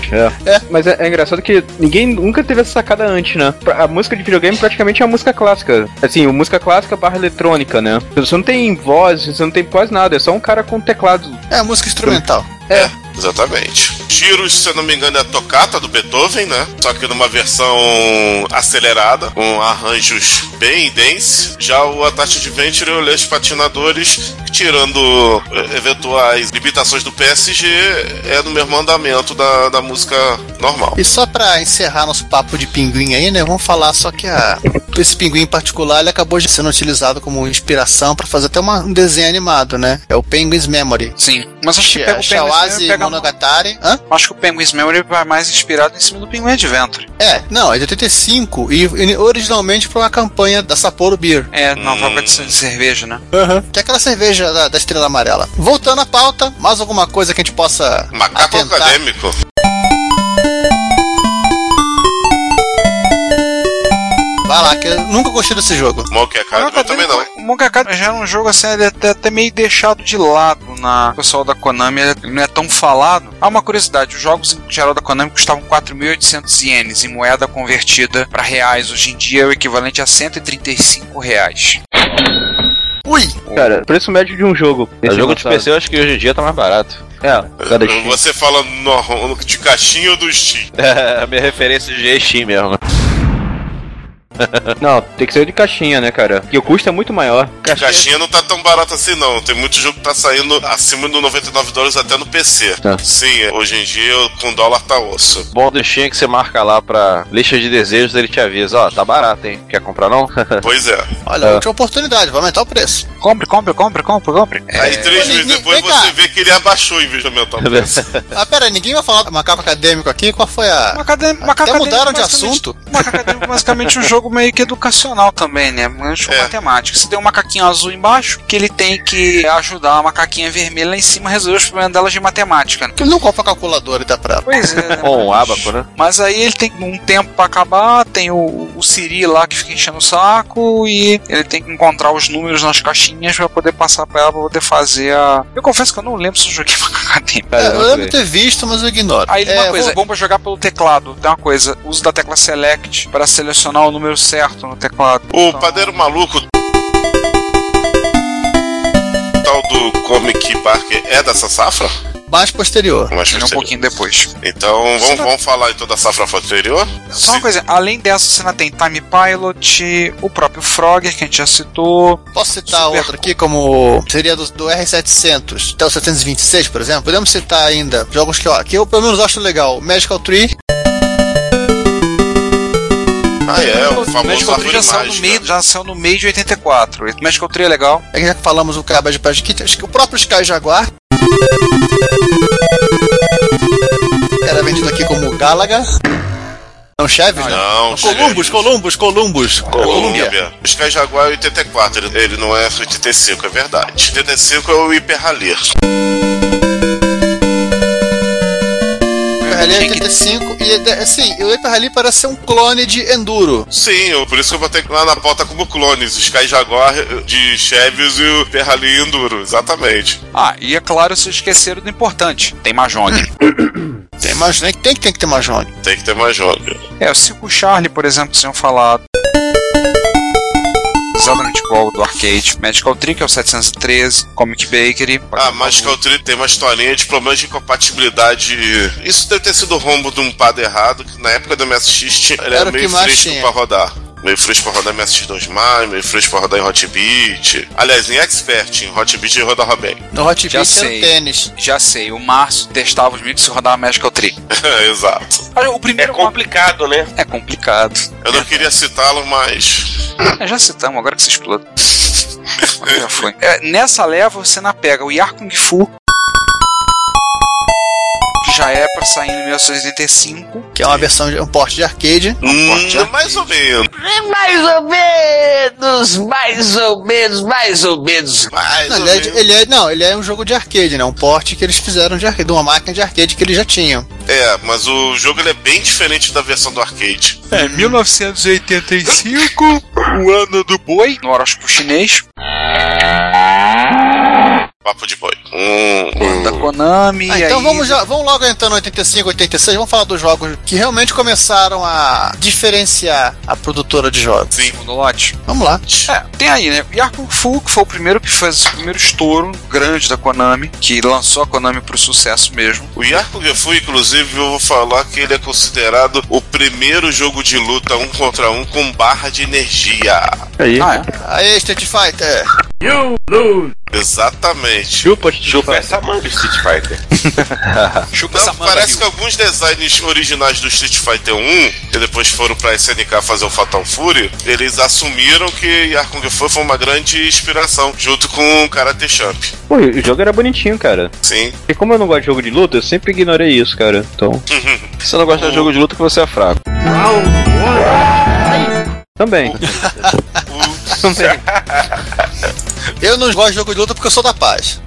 D: É.
B: É.
D: Mas é, é engraçado que ninguém nunca teve essa sacada antes, né? Pra- A música de videogame praticamente é a música clássica. Assim, o música clássica barra eletrônica, né? Você não tem voz, você não tem quase nada, é só um cara com teclado.
B: É a música instrumental.
D: É.
A: Exatamente. Giros, se eu não me engano, é a tocata do Beethoven, né? Só que numa versão acelerada, com arranjos bem dense. Já o Ataque de Venture, eu leio os patinadores, tirando eh, eventuais limitações do PSG, é no mesmo andamento da, da música normal.
B: E só pra encerrar nosso papo de pinguim aí, né? Vamos falar só que a- esse pinguim em particular ele acabou de sendo utilizado como inspiração pra fazer até uma- um desenho animado, né? É o Penguin's Memory.
C: Sim. Mas acho que pega o Penguin's
B: Shawasi
C: Memory pega-
B: É, Monogatari. Hã?
C: Acho que o Penguin's Memory vai mais inspirado em cima do Penguin Adventure.
B: É, não, é de 85 e e originalmente pra uma campanha da Sapporo Beer.
C: É,
A: Hum.
C: na própria de cerveja, né?
B: Que é aquela cerveja da, da estrela amarela. Voltando à pauta, mais alguma coisa que a gente possa
A: Macaco
B: atentar?
A: acadêmico.
B: Vai lá, que eu nunca gostei desse jogo.
A: Monkey
C: Monkey
A: Academy é Ah, eu também não.
C: Academy- O Monk Academy já era um jogo assim, ele é até, até meio deixado de lado na o pessoal da Konami, ele não é tão falado. Há uma curiosidade, os jogos em geral da Konami custavam 4.800 ienes em moeda convertida para reais. Hoje em dia é o equivalente a 135 reais.
B: Ui!
D: Cara, preço médio de um jogo.
E: O
D: Esse
E: jogo de
D: lançado.
E: PC eu acho que hoje em dia tá mais barato.
D: É, cada Steam.
A: Você fala no- de caixinha ou do Steam?
E: É, a minha referência de Steam mesmo.
D: Não, tem que ser de caixinha, né, cara? Porque o custo é muito maior.
A: Caixinha não tá tão barata assim, não. Tem muito jogo que tá saindo acima do 99 dólares até no PC.
E: Tá.
A: Sim, é, hoje em dia com dólar tá osso.
E: Bom do Steam é que você marca lá pra lista de desejos, ele te avisa, ó, tá barato, hein? Quer comprar não?
A: Pois é.
B: Olha,
E: É.
B: última oportunidade, vai aumentar o preço.
C: Compre, compre, compre, compre, compre.
A: Aí três
B: Olha,
A: meses
B: vem-
A: depois
B: vem cá.
A: você vê que ele abaixou em vez de aumentar o preço.
B: Ah, pera, aí, ninguém vai falar do macaco acadêmico aqui? Qual foi a.
C: Uma acadêmica, uma
B: Até
C: acadêmica
B: mudaram de
C: basicamente-
B: assunto.
C: O Macaco Acadêmico é basicamente um jogo meio que educacional também, né? Um jogo
A: É.
C: matemático. Você tem um macaquinho azul embaixo que ele tem que ajudar a macaquinha vermelha lá em cima a resolver os problemas delas de matemática. né?
B: Ele não compra calculadora e dá pra ela.
C: Pois é. né?
E: Ou um
C: Mas-
E: abaco, né?
C: Mas aí ele tem um tempo pra acabar, tem o, o Siri lá que fica enchendo o saco e ele tem que encontrar os números nas caixinhas pra poder passar pra ela pra poder fazer a. Eu confesso que eu não lembro se eu joguei Macaco Acadêmico.
B: É,
E: Cara,
B: eu lembro de ter visto, mas eu ignoro.
C: Aí
B: é,
C: uma coisa,
B: vou-
C: é bom pra jogar pelo teclado. Tem uma coisa, uso da tecla select pra selecionar o número certo no teclado.
A: O
C: Então,
A: padeiro maluco. Tal do Comic Parker é dessa safra?
B: mais posterior.
A: Mas
C: é um
A: você-
C: pouquinho depois.
A: Então
C: Você
A: vamos,
C: tá-
A: vamos falar então da safra anterior?
C: Só uma
A: Se-
C: coisa, além dessa, você ainda tem Time Pilot, o próprio Frogger, que a gente já citou.
B: Posso citar
C: Super
B: outra aqui, como seria do, do R700 até o 726, por exemplo? Podemos citar ainda jogos que, ó, que eu pelo menos acho legal. Magical Tree,
A: Ah, é, o
C: O
A: famoso né?
C: Magical
A: árvore
C: Tree já saiu, no
A: mágica.
C: meio, já saiu no meio de 84. O Magical Tree é legal.
B: é que já falamos o Cabra de Paz Kit, acho que o próprio Sky Jaguar. Era vendido aqui como Galaga. Não, Chaves, né?
A: Não, Columbus.
B: Columbus, Columbus, Columbus. Colômbia.
A: Colômbia. O Sky Jaguar é 84, ele, ele não é 85, é verdade. 85 é o Hyper Rally.
B: Hyper Rally é 85 e é- assim, o Hyper Rally parece ser um clone de Enduro.
A: Sim, eu- por isso que eu botei lá na pauta como clones, o Sky Jaguar eh, de Chevys e o Hyper Rally Enduro, exatamente.
C: Ah, e é claro, vocês esqueceram do importante. Tem Mahjong.
B: Tem mais, né? Tem que tem que ter Majone.
A: Tem que ter mais jogo.
C: é, o Circo Charlie, por exemplo, que vocês tinham falado. Zelda Meatball do arcade. Magical Tree, que é o 713. Comic Bakery.
A: Ah, Magical Tree tem uma historinha de problemas de incompatibilidade. Isso deve ter sido o rombo de um pad errado, que na época do MSX tinha, ele
B: Era
A: era
B: o que
A: meio
B: mais
A: fresco
B: tinha.
A: pra rodar. Meio fresco pra rodar MSX2+, meio fresco pra rodar em Hot Beat. Aliás, em Expert, em Hot Beat ele rodava bem.
B: No Hot
C: Já
B: Beat era o
C: sei.
B: tênis.
C: Já sei, o Márcio testava os mitos se rodava Magical Tree.
A: Exato.
C: Olha, o
F: É
C: primeiro mapa
F: complicado, né?
C: é complicado.
A: Eu não queria citá-lo, mas.
C: É, já citamos, agora que vocês pulam. Mas já foi. É, nessa leva você na pega o Yar Kung Fu. Que já é pra sair em 1985.
B: Que é uma versão de um porte de arcade.
C: forte
A: Hum,
C: arcade.
A: mais ou menos.
H: Mais ou menos, mais ou menos, mais ou menos.
A: Mais
B: Não,
A: ou
B: ele é, de-
A: menos.
B: ele é- não, ele é um jogo de arcade, né? Um porte que eles fizeram de arcade, de uma máquina de arcade que eles já tinham.
A: É, mas o jogo ele é bem diferente da versão do arcade.
C: É, 1985, o ano do boi, no horóscopo chinês.
A: Papo de boi. Hum.
C: Da Konami.
B: Ah,
C: e
B: então
C: aí-
B: vamos, já, vamos logo entrando em 85, 86, vamos falar dos jogos que realmente começaram a diferenciar a produtora de jogos.
A: Sim.
C: Segundo lote.
B: Vamos lá.
C: É, tem aí, né? Yakun Fu, que foi o primeiro que fez o primeiro estouro grande da Konami, que lançou a Konami pro sucesso mesmo.
A: O Yarko Gefu, inclusive, eu vou falar que ele é considerado o primeiro jogo de luta um contra um com barra de energia.
C: Ah, é?
B: Aí, Street Fighter.
A: Exatamente.
D: Chupa,
F: Chupa essa manga, Street Fighter.
C: Chupa
A: Não,
C: essa manga,
A: parece
C: Ryu.
A: que alguns designs originais do Street Fighter 1, que depois foram pra SNK fazer o Fatal Fury, eles assumiram que Yarkung Fu foi uma grande inspiração, junto com o Karate Champ.
D: Pô, e o jogo era bonitinho, cara.
A: Sim.
D: E como eu não gosto de jogo de luta, eu sempre ignorei isso, cara. Então.
E: Se você não gosta de jogo de luta, que você é fraco.
D: Também. Também.
B: Eu não gosto de jogo de luta porque eu sou da paz.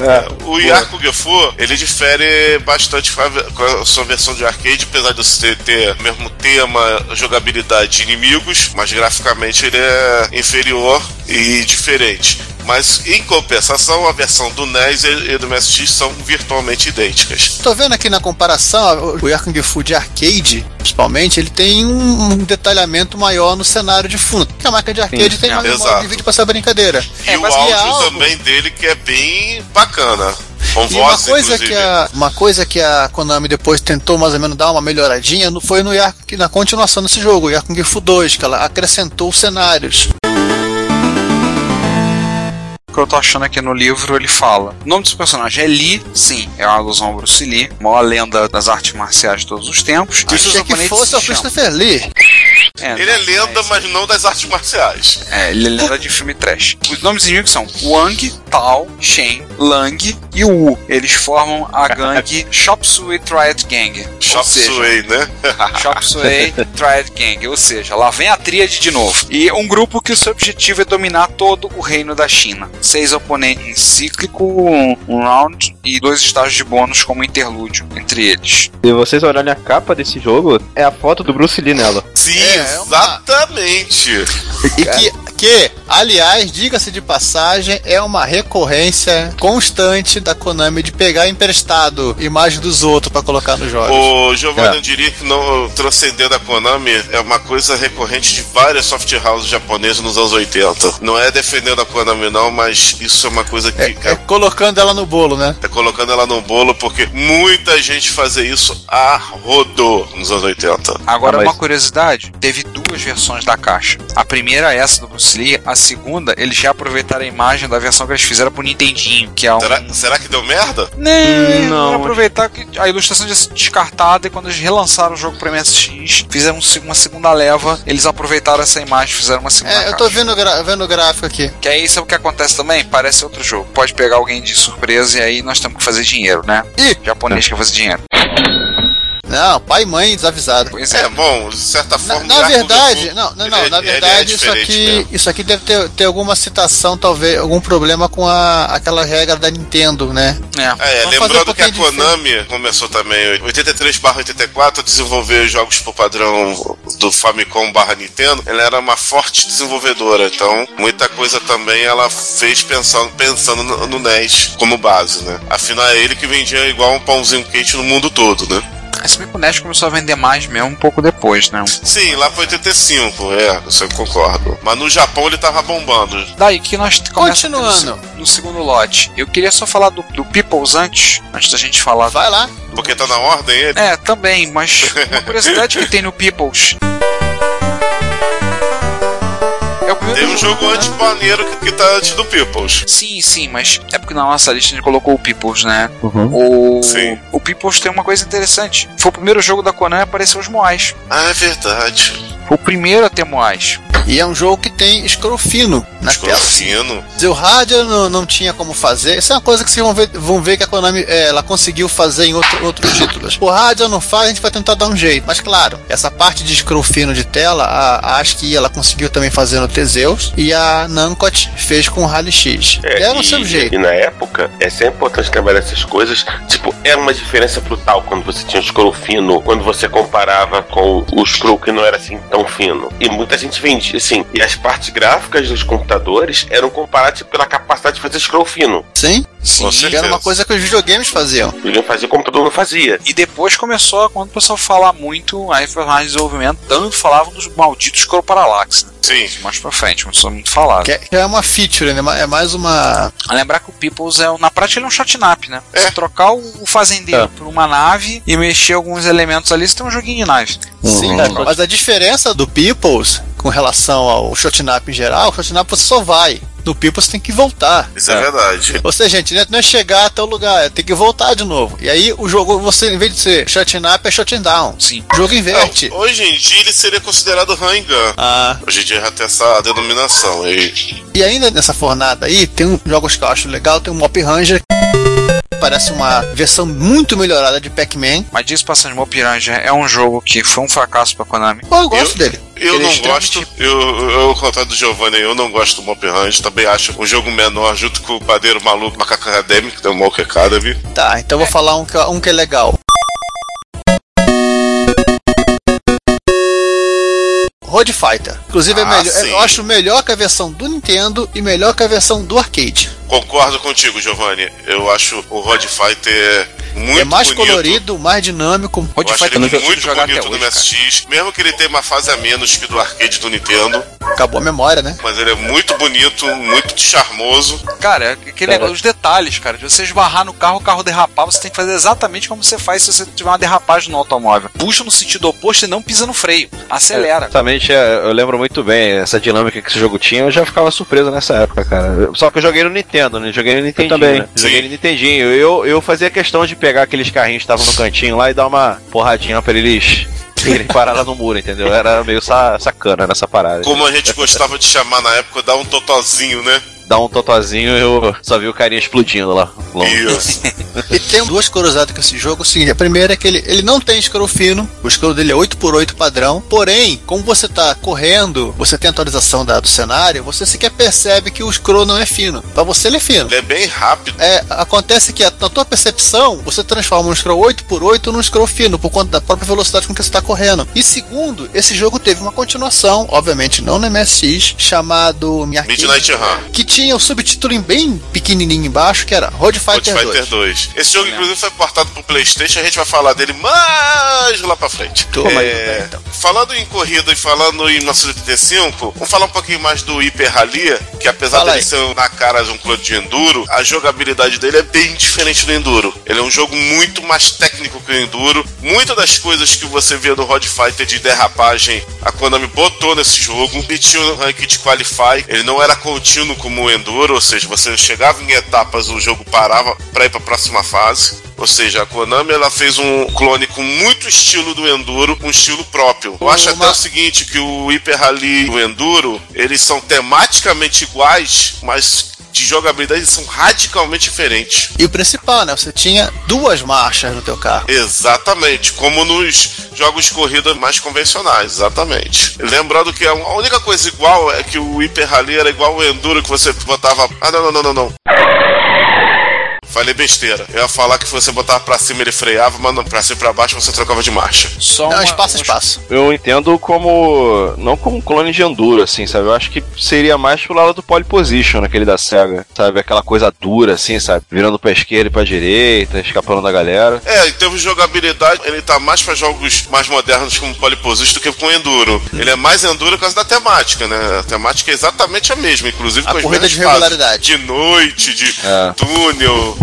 A: O Yarko Gefu, ele difere bastante com a, com a sua versão de arcade, apesar de você ter o mesmo tema, jogabilidade e inimigos, mas graficamente ele é inferior e diferente. Mas em compensação, a versão do NES e e do MSX são virtualmente idênticas.
B: Tô vendo aqui na comparação, o Yakung Fu de arcade, principalmente, ele tem um um detalhamento maior no cenário de fundo. Porque a marca de arcade tem
C: é,
B: mais memória
A: exato.
B: de vídeo pra essa brincadeira.
A: É, e o
B: É, mas que
A: áudio
B: algo-
A: também dele que é bem bacana. Com
B: E uma
A: voz,
B: coisa,
A: inclusive.
B: que é- a, uma coisa que a Konami depois tentou mais ou menos dar uma melhoradinha no- foi no Yak- na continuação desse jogo, o Yakung Fu 2, que ela acrescentou cenários.
C: O que eu tô achando aqui no livro, ele fala. O nome desse personagem é Lee, sim, é uma alusão ao Bruce Lee, maior lenda das artes marciais de todos os tempos. E os
B: Achei que
C: japoneses
B: fosse o
C: se chamam-
B: Christopher Lee.
A: Ele é
C: não,
A: lenda,
C: isso.
A: mas não das artes marciais.
C: É, ele é lenda de filme trash. Os nomes dos inimigos são Wang, Tao, Shen, Lang e Wu. Eles formam a gangue Chop Suey Triad Gang. Ou
A: Chop
C: seja,
A: Suey, né?
C: Chop Suey Triad Gang. Ou seja, lá vem a tríade de novo. E um grupo que o seu objetivo é dominar todo o reino da China. Seis oponentes cíclico, um, um round e dois estágios de bônus como interlúdio entre eles.
D: Se vocês olharem a capa desse jogo, é a foto do Bruce Lee nela.
A: Sim,
B: É, é uma-
A: exatamente.
B: E que, que, aliás, diga-se de passagem, é uma recorrência constante da Konami de pegar emprestado imagem dos outros pra colocar nos jogos.
A: O
B: é.
A: Giovanni, eu diria que não transcender da Konami é uma coisa recorrente de várias soft houses japonesas nos anos 80. Não é defendendo a Konami, não, mas isso é uma coisa que
B: É,
A: cara,
B: colocando ela no bolo, né?
A: tá colocando ela no bolo, porque muita gente fazia isso a rodo nos anos 80.
C: Agora,
D: Ah, mas-
C: uma curiosidade: teve duas versões da caixa. A primeira é essa do Bruce Lee, a segunda, eles já aproveitaram a imagem da versão que eles fizeram pro Nintendinho, que é um.
A: Será, será que deu merda?
C: Não,
D: Hum, Não,
C: não. aproveitar que a ilustração já se descartada e quando eles relançaram o jogo pro MSX, fizeram um se- uma segunda leva, eles aproveitaram essa imagem e fizeram uma segunda
B: É, eu tô
C: caixa.
B: vendo, o gra- vendo o gráfico aqui.
C: Que aí isso é o que acontece também, parece outro jogo. Pode pegar alguém de surpresa e aí nós temos que fazer dinheiro, né?
B: Ih!
C: Japonês quer fazer dinheiro.
B: Não, pai e mãe desavisado.
C: Pois é.
A: É, bom, de certa
B: Na,
A: forma.
B: na
A: o Arco do
B: verdade,
A: Fu-
B: não, não,
A: um ele
B: não,
A: é-
B: na
A: ele é
B: verdade isso
A: diferente
B: aqui,
A: mesmo.
B: isso aqui deve ter, ter alguma citação, talvez, algum problema com a, aquela regra da Nintendo, né?
C: É.
A: É,
B: Vamos fazer um
A: lembrando que a
B: pouquinho de
A: Konami começou também em 83 84 a desenvolver jogos pro padrão do Famicom barra Nintendo. Ela era uma forte desenvolvedora, então muita coisa também ela fez pensando, pensando no, no NES como base, né? Afinal, é ele que vendia igual um pãozinho quente no mundo todo, né?
B: é.
C: Se bem que o NES começou a vender mais mesmo um pouco depois, né?
A: Sim, lá pra 85, é, isso eu concordo. Mas no Japão ele tava bombando.
C: Daí que nós começa pelo
B: Continuando.
C: se- no segundo lote. Eu queria só falar do, do Peoples antes, antes da gente falar
B: Vai lá.
A: Porque tá na ordem ele.
C: É, também, mas uma curiosidade que tem no Peoples. É o primeiro
A: Tem um jogo
C: né?
A: antes maneiro que, que tá antes do Peoples.
C: Sim, sim, mas é porque na nossa lista a gente colocou o Peoples, né? O...
A: Sim.
C: o Peoples tem uma coisa interessante. Foi o primeiro jogo da Konami a aparecer os Moais.
A: Ah, é verdade.
C: Foi o primeiro a ter Moais.
B: E é um jogo que tem escrofino na tela.
A: Escrofino.
B: Se o rádio não, não tinha como fazer, isso é uma coisa que vocês vão ver, vão ver que a Konami é, ela conseguiu fazer em outro- outros títulos. O rádio não faz, a gente vai tentar dar um jeito. Mas claro, essa parte de escrofino de tela, a, a ASCII ela conseguiu também fazer no Teseus e a Namcot fez com o Rally X.
F: É,
B: Deram o
F: e-
B: seu jeito.
F: E na época, é sempre importante trabalhar essas coisas. Tipo, era uma um diferença brutal quando você tinha o scroll fino, quando você comparava com o scroll que não era assim tão fino. E muita gente vendia, assim. E as partes gráficas dos computadores eram comparadas pela capacidade de fazer scroll fino.
B: Sim?
A: Com
B: Sim.
A: certeza.
B: Era uma coisa que os videogames faziam.
F: Ele fazia, o computador não fazia.
C: E depois começou, quando o pessoal falar muito, aí foi mais desenvolvimento, tanto falavam dos malditos Croparallax, né?
A: Sim.
C: Isso mais pra frente, começou muito falado.
B: Que é, que é uma feature, né? É mais uma.
C: A lembrar que o Peoples é, um- na prática, ele é um shotnap, né? Você trocar o, o fazendeiro por uma nave e mexer alguns elementos ali, você tem um joguinho de nave.
B: Sim, é, mas a diferença do Peoples com relação ao Shotnap em geral, o Shotnap você só vai. No Peoples tem que voltar.
A: Isso é, verdade.
B: Ou seja, gente, né, não é chegar até o lugar, é ter que voltar de novo. E aí o jogo, você, em vez de ser Shotnap, é Shotdown.
C: Sim.
B: O jogo inverte.
A: Não, hoje em dia ele seria considerado Rangan.
B: Ah,
A: Hoje em dia já tem essa denominação. E
B: e ainda nessa fornada aí, tem um, jogos que eu acho legal, tem o Mop Ranger. que Parece uma versão muito melhorada de Pac-Man.
C: Mas disso passando de Mopiranja é um jogo que foi um fracasso pra Konami.
B: Pô, eu gosto
A: Eu-
B: dele.
A: eu
B: Ele é
A: não
B: extremamente-
A: gosto, eu, eu, ao contrário do Giovanni, eu não gosto do Mop Range. Também acho um jogo menor junto com o Padeiro Maluco Macaco Academy, que é o Mock Academy.
B: Tá, então eu vou falar um que, um que é legal. Road Fighter. Inclusive, é
A: Ah,
B: melhor,
A: sim.
B: eu acho melhor que a versão do Nintendo e melhor que a versão do arcade.
A: Concordo contigo, Giovanni. Eu acho o Road Fighter muito
B: é mais
A: bonito.
B: colorido, mais dinâmico.
C: Road
A: eu acho ele
C: Fighter eu não consigo
A: muito
C: jogar até
A: bonito no
C: hoje, cara.
A: MSX, mesmo que ele tenha uma fase a menos que do arcade do Nintendo,
B: Acabou a memória, né?
A: mas ele é muito bonito, muito charmoso.
C: Cara, aquele negócio, os detalhes, cara. De você esbarrar no carro, o carro derrapar, você tem que fazer exatamente como você faz se você tiver uma derrapagem no automóvel. Puxa no sentido oposto e não pisa no freio. Acelera.
E: Exatamente, é, eu lembro muito bem essa dinâmica que esse jogo tinha, eu já ficava surpreso nessa época, cara. Eu- Só que eu joguei no Nintendo, né? Joguei no Nintendinho.
D: também.
E: né? Joguei no Nintendinho. Eu, eu fazia questão de pegar aqueles carrinhos que estavam no cantinho lá e dar uma porradinha pra eles. Ele parar lá no muro, entendeu? Era meio sa- sacana nessa parada.
A: Como a gente gostava de chamar na época, dá um totozinho, né?
E: Dá um totozinho eu só vi o carinha explodindo lá. longe.
A: Isso.
B: E tem duas curiosidades com esse jogo. é O seguinte, a primeira é que ele, ele não tem escuro fino, o escuro dele é 8x8 padrão. Porém, como você tá correndo, você tem atualização da- do cenário, você sequer percebe que o escuro não é fino. Pra você ele é fino.
A: Ele é bem rápido.
B: É, acontece que a- na tua percepção, você transforma um scroll 8x8 num scroll fino, por conta da própria velocidade com que você está correndo. E segundo, esse jogo teve uma continuação, obviamente não no MSX, chamado Minha Arcade,
A: Midnight Run.
B: que tinha o subtítulo em bem pequenininho embaixo, que era
A: Road
B: Road Fighter 2.
A: Fighter 2. Esse jogo, inclusive, foi portado pro PlayStation. A gente vai falar dele mais lá pra frente.
B: Tô, então. mas-
A: É, Falando em corrida e falando em 1985, vamos falar um pouquinho mais do Hyper Rally, que apesar
B: Fala
A: dele
B: aí.
A: ser na cara de um clone de Enduro, a jogabilidade dele é bem diferente do Enduro. Ele é um jogo muito mais técnico que o Enduro. Muitas das coisas que você vê no Road Fighter de derrapagem, a Konami botou nesse jogo. Ele tinha um ranking de Qualify, ele não era contínuo como o Enduro, ou seja, você chegava em etapas, o jogo parava pra ir pra próxima fase. Ou seja, a Konami ela fez um clone com muito estilo do Enduro, um estilo próprio. Eu acho até
B: Uma-
A: o seguinte, que o Hyper Rally e o Enduro, eles são tematicamente iguais, mas de jogabilidade eles são radicalmente diferentes.
B: E o principal, né? Você tinha duas marchas no teu carro.
A: Exatamente, como nos jogos de corrida mais convencionais, exatamente. Lembrando que a única coisa igual é que o Hyper Rally era igual o Enduro que você botava. Ah, não, não, não, não, não. Falei besteira. Eu ia falar que você botava pra cima ele freava, mas não, pra cima e pra baixo você trocava de marcha.
C: Só
B: Não,
C: Então, uma- um
B: espaço,
C: uma-
B: espaço.
E: Eu entendo como. Não como um clone de Enduro, assim, sabe? Eu acho que seria mais pro lado do pole position, aquele da SEGA, sabe? Aquela coisa dura, assim, sabe? Virando pra esquerda e pra direita, escapando da galera.
A: É, em termos de jogabilidade, ele tá mais pra jogos mais modernos como Polyposition do que com Enduro. Ele é mais Enduro por causa da temática, né? A temática é exatamente a mesma, inclusive
B: A
A: com as
B: corrida
A: mesmas
B: de
A: fases.
B: regularidade.
A: De noite, de
E: É.
A: túnel,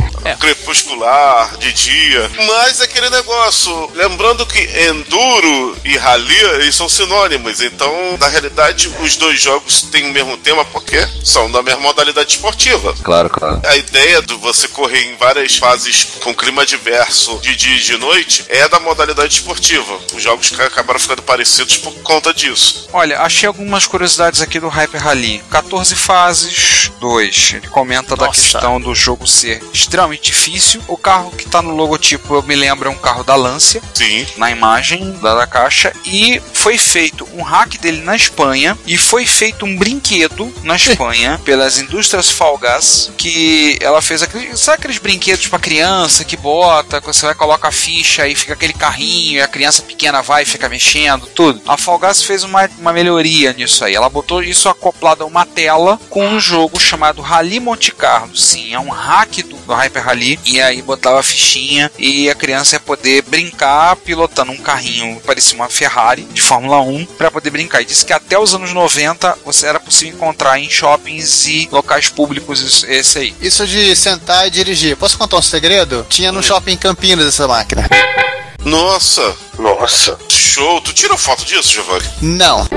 A: crepuscular, de dia. Mas é aquele negócio, lembrando que Enduro e Rally, eles são sinônimos. Então, na realidade, os dois jogos têm o mesmo tema porque são da mesma modalidade esportiva.
E: Claro, claro.
A: A ideia de você correr em várias fases com clima diverso de dia e de noite é da modalidade esportiva. Os jogos ca- acabaram ficando parecidos por conta disso.
C: Olha, achei algumas curiosidades aqui do Hyper Rally. 14 fases, 2. Ele comenta da
B: Nossa.
C: questão do jogo ser extremamente difícil. O carro que tá no logotipo, eu me lembro, é um carro da Lancia,
A: Sim.
C: na imagem da, da caixa. E foi feito um hack dele na Espanha. E foi feito um brinquedo na Espanha pelas indústrias Falgas. Que ela fez aquele, sabe aqueles brinquedos pra criança que bota, quando você vai coloca a ficha e fica aquele carrinho. E a criança pequena vai e fica mexendo, tudo. A Falgas fez uma, uma melhoria nisso Tá aí. Ela botou isso acoplado a uma tela com um jogo chamado Rally Monte Carlo. Sim, é um hack do, do Hyper Rally. E aí botava a fichinha e a criança ia poder brincar pilotando um carrinho, parecia uma Ferrari de Fórmula 1, para poder brincar. E disse que até os anos 90 você era possível encontrar em shoppings e locais públicos isso- esse aí.
B: Isso de sentar e dirigir. Posso contar um segredo? Tinha
C: Hum.
B: no shopping em Campinas essa máquina.
A: Nossa,
F: Nossa.
A: show. Tu tirou foto disso, Giovanni?
B: Não.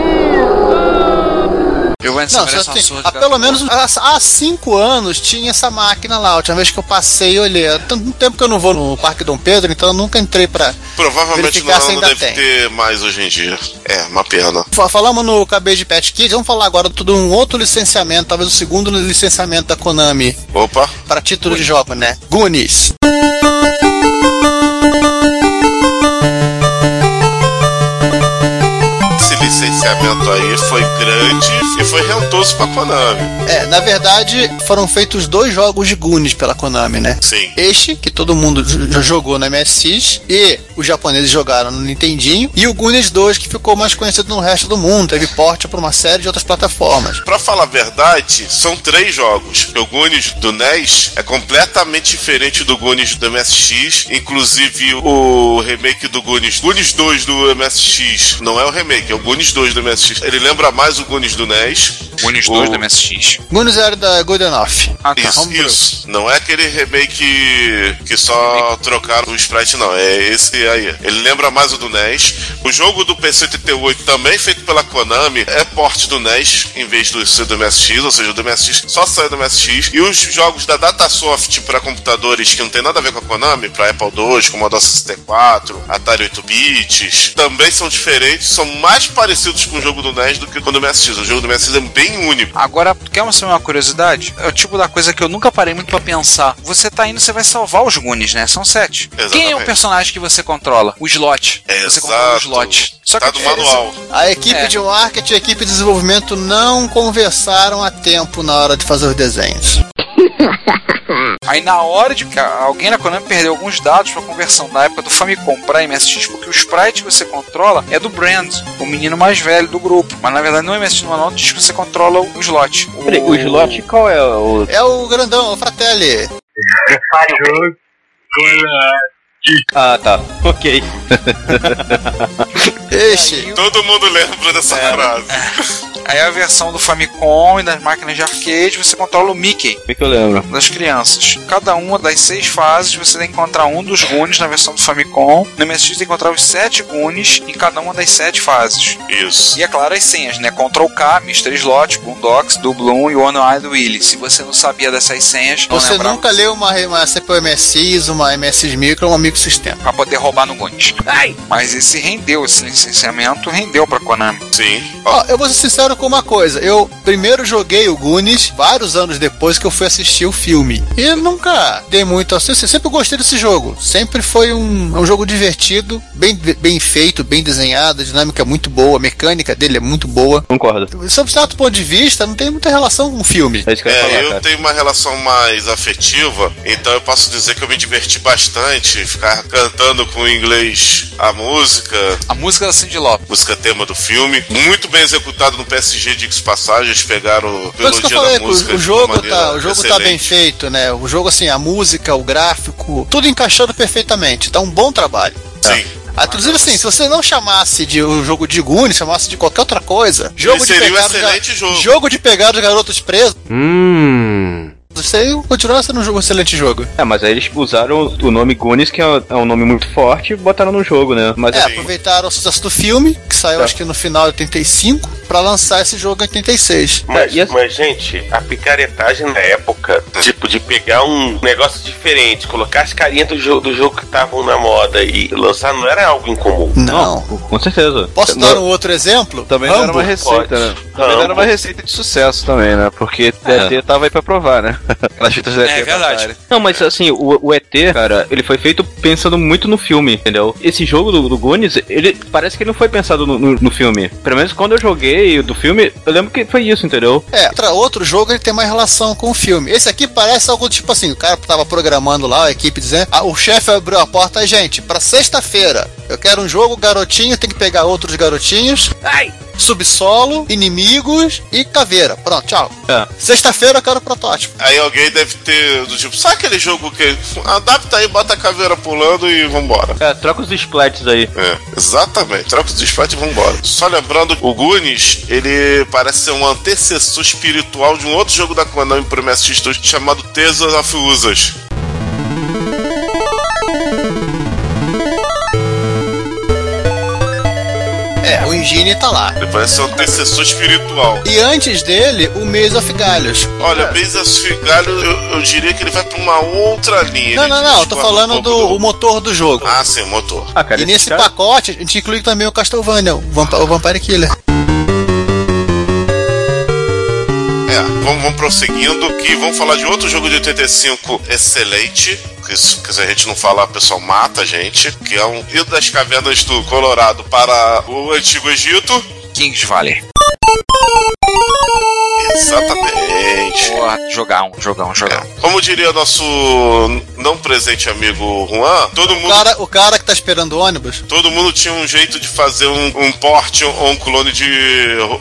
C: Giovanni,
B: Não,
C: merece
B: só
C: uma
B: tem,
C: surra de
B: há
C: gato.
B: pelo menos há há cinco anos tinha essa máquina lá. A última vez que eu passei e olhei. Há tanto tempo que eu não vou no Parque Dom Pedro, então eu nunca entrei pra.
A: Provavelmente não,
B: Verificar se
A: não
B: ainda
A: deve
B: tem.
A: ter mais hoje em dia. É, uma pena.
B: Fa- Falamos no Cabbage Pet Kids, vamos falar agora de um outro licenciamento, talvez o segundo licenciamento da Konami
A: Opa,
B: para título de jogo, né? Goonies.
A: esse licenciamento aí foi grande e foi rentoso pra Konami.
B: É, na verdade, foram feitos dois jogos de Goonies pela Konami, né?
A: Sim.
B: Este, que todo mundo j- já jogou no MSX, e os japoneses jogaram no Nintendinho, e o Goonies 2, que ficou mais conhecido no resto do mundo, teve porte para uma série de outras plataformas.
A: Pra falar a verdade, são três jogos. O Goonies do NES é completamente diferente do Goonies do MSX. Inclusive, o remake do Goonies, Goonies 2 do MSX, não é o remake, é o Goonies 2 do MSX. Ele lembra mais o Goonies do NES.
C: Windows
A: o-
C: 2 do MSX.
B: Goonies era da Good Enough.
C: Ah, tá.
A: Isso,
B: homebrew.
A: isso. Não é aquele remake que só trocaram o sprite, não. É esse aí. Ele lembra mais o do NES. O jogo do PC-88, também feito pela Konami, é porte do NES em vez do ser do MSX, ou seja, o do MSX só saiu do MSX. E os jogos da Datasoft para computadores que não tem nada a ver com a Konami, para Apple II, Commodore 64, Atari 8-bits, também são diferentes, são mais parecidos com o jogo do NES do que com o do MSX. O jogo do MSX é bem único.
C: Agora, tu quer saber uma curiosidade? É o tipo da coisa que eu nunca parei muito pra pensar. Você tá indo, você vai salvar os Goonies, né? São sete. Quem é o
A: Exatamente.
C: personagem que você controla? O slot. Você controla o
A: Exato.
C: slot. Só
A: Tá
C: que é
A: no
C: a diferença-
A: manual.
B: A equipe
C: É.
B: de marketing e a equipe de desenvolvimento não conversaram a tempo na hora de fazer os desenhos.
C: é, Aí na hora de que alguém na Konami perdeu alguns dados pra conversão na época do Famicom pra MSX, porque o sprite Tipo, que você controla é do Brand, o menino mais velho do grupo. Mas na verdade é no MSX no manual diz que você controla o slot.
D: Peraí, o slot qual é o.
B: É o grandão, o Fratelli.
D: Ah, tá. Ok.
B: Este.
C: Aí,
A: Todo mundo lembra dessa frase.
C: aí a versão do Famicom e das máquinas de arcade você controla o Mickey
D: O que eu lembro?
C: das crianças. Cada uma das seis fases você tem que encontrar um dos Goonies na versão do Famicom. No MSX tem que encontrar os sete Goonies em cada uma das sete fases.
A: Isso.
C: E é claro as senhas, né? Ctrl K, Mr. Slot, Boondox, Dublum e One Eyed Willy. Se você não sabia dessas senhas, não
B: Você
C: lembrava.
B: nunca leu uma, uma CPU MSX, uma MSX Micro, é um uma Microsistema.
C: Pra poder roubar no Goonies. Mas esse rendeu, esse licenciamento rendeu pra Konami.
A: é Sim. Ó,
B: Ó, eu vou ser sincero com uma coisa. Eu primeiro joguei o Goonies vários anos depois que eu fui assistir o filme. E eu nunca dei muito assim. Sempre gostei desse jogo. Sempre foi um, um jogo divertido, bem, bem feito, bem desenhado, a dinâmica é muito boa, a mecânica dele é muito boa.
D: Concordo.
B: Sob certo ponto de vista, não tem muita relação com o filme.
D: É isso que eu ia falar,
A: é, eu
D: cara.
A: tenho uma relação mais afetiva, então eu posso dizer que eu me diverti bastante, ficar cantando com o inglês a música,
C: A música da Cindy Lopes.
A: música tema do filme, muito bem executado no PSG de passagens, pegaram
B: Por isso que
A: melodia
B: eu
A: da
B: falei, que
A: música.
B: o, o
A: de
B: jogo,
A: uma
B: tá,
A: maneira
B: o jogo tá bem
A: excelente.
B: feito, né? O jogo, assim, a música, o gráfico, tudo encaixando perfeitamente. Tá um bom trabalho.
A: Sim.
B: Ah, Inclusive assim, se você não chamasse de um jogo de Goonies, chamasse de qualquer outra coisa, jogo de
A: seria um
B: pegar os gar-
A: excelente jogo.
B: jogo de pegar os garotos presos. Hum.
D: Hum.
B: Você continua sendo um jogo um excelente jogo.
D: É, mas aí eles usaram o nome Goonies, que é um é um nome muito forte, e botaram no jogo, né? Mas
B: É,
A: Sim.
B: aproveitaram o sucesso do filme, que saiu
D: Tá.
B: acho que no final de 85, pra lançar esse jogo em 86.
F: Mas,
D: e essa-
F: mas, gente, a picaretagem na época, tipo, de pegar um negócio diferente, colocar as carinhas do, jo do jogo que estavam na moda e lançar não era algo incomum.
B: Não.
D: com certeza.
B: Posso
D: Não-
B: dar um outro exemplo?
E: Também não era
B: Rambo.
E: uma receita,
F: Pode.
E: né? Também não era uma receita de sucesso também, né? Porque TT tava aí pra provar, né? Aquelas fitas da
C: É,
E: ET
C: verdade.
E: pra É. trás.
D: Não, mas assim, o, o ET, cara, ele foi feito pensando muito no filme, entendeu? Esse jogo do, do Goonies, ele parece que ele não foi pensado no, no- no filme. Pelo menos quando eu joguei do filme, eu lembro que foi isso, entendeu?
B: É, outra- outro jogo ele tem mais relação com o filme. Esse aqui parece algo tipo assim, o cara tava programando lá, a equipe dizendo, ah, o chefe abriu a porta, "Aí, gente, pra sexta-feira, eu quero um jogo garotinho, tem que pegar outros garotinhos. Subsolo, inimigos e caveira. Pronto, tchau.
D: É.
B: Sexta-feira eu quero protótipo.
A: Aí alguém deve ter do tipo, sabe aquele jogo que adapta aí, bota a caveira pulando e vambora.
D: É, troca os splats aí.
A: É, exatamente. Troca os disfates e vambora. Só lembrando, o Goonies, ele parece ser um antecessor espiritual de um outro jogo da Konami pro MSX2 chamado Tales of Usas.
B: É, o engine tá lá.
A: Ele parece ser um antecessor espiritual.
B: E antes dele, o Maze of Galhos.
A: Olha, Base of Figalho, eu, eu diria que ele vai pra uma outra linha.
B: Não,
A: Ele
B: não, não, eu tô
A: discorda
B: falando
A: um pouco
B: do o motor do jogo.
A: Ah, sim, o motor.
D: Ah, cara,
B: E
D: esse
B: nesse
D: cara-
B: pacote, a gente inclui também o Castlevania, o, Vamp o Vampire Killer.
A: É, vamos, vamos prosseguindo que vamos falar de outro jogo de 85 excelente. Que, se que se a gente não falar, o pessoal mata a gente. Que é um Ido das Cavernas do Colorado para o Antigo Egito.
C: Kings Valley.
A: Exatamente.
C: Porra, jogar um, jogar um, jogar um.
A: Como diria nosso não presente amigo Juan, todo
B: O
A: mundo,
B: cara, o cara que tá esperando o ônibus.
A: todo mundo tinha um jeito de fazer um, um port ou um clone de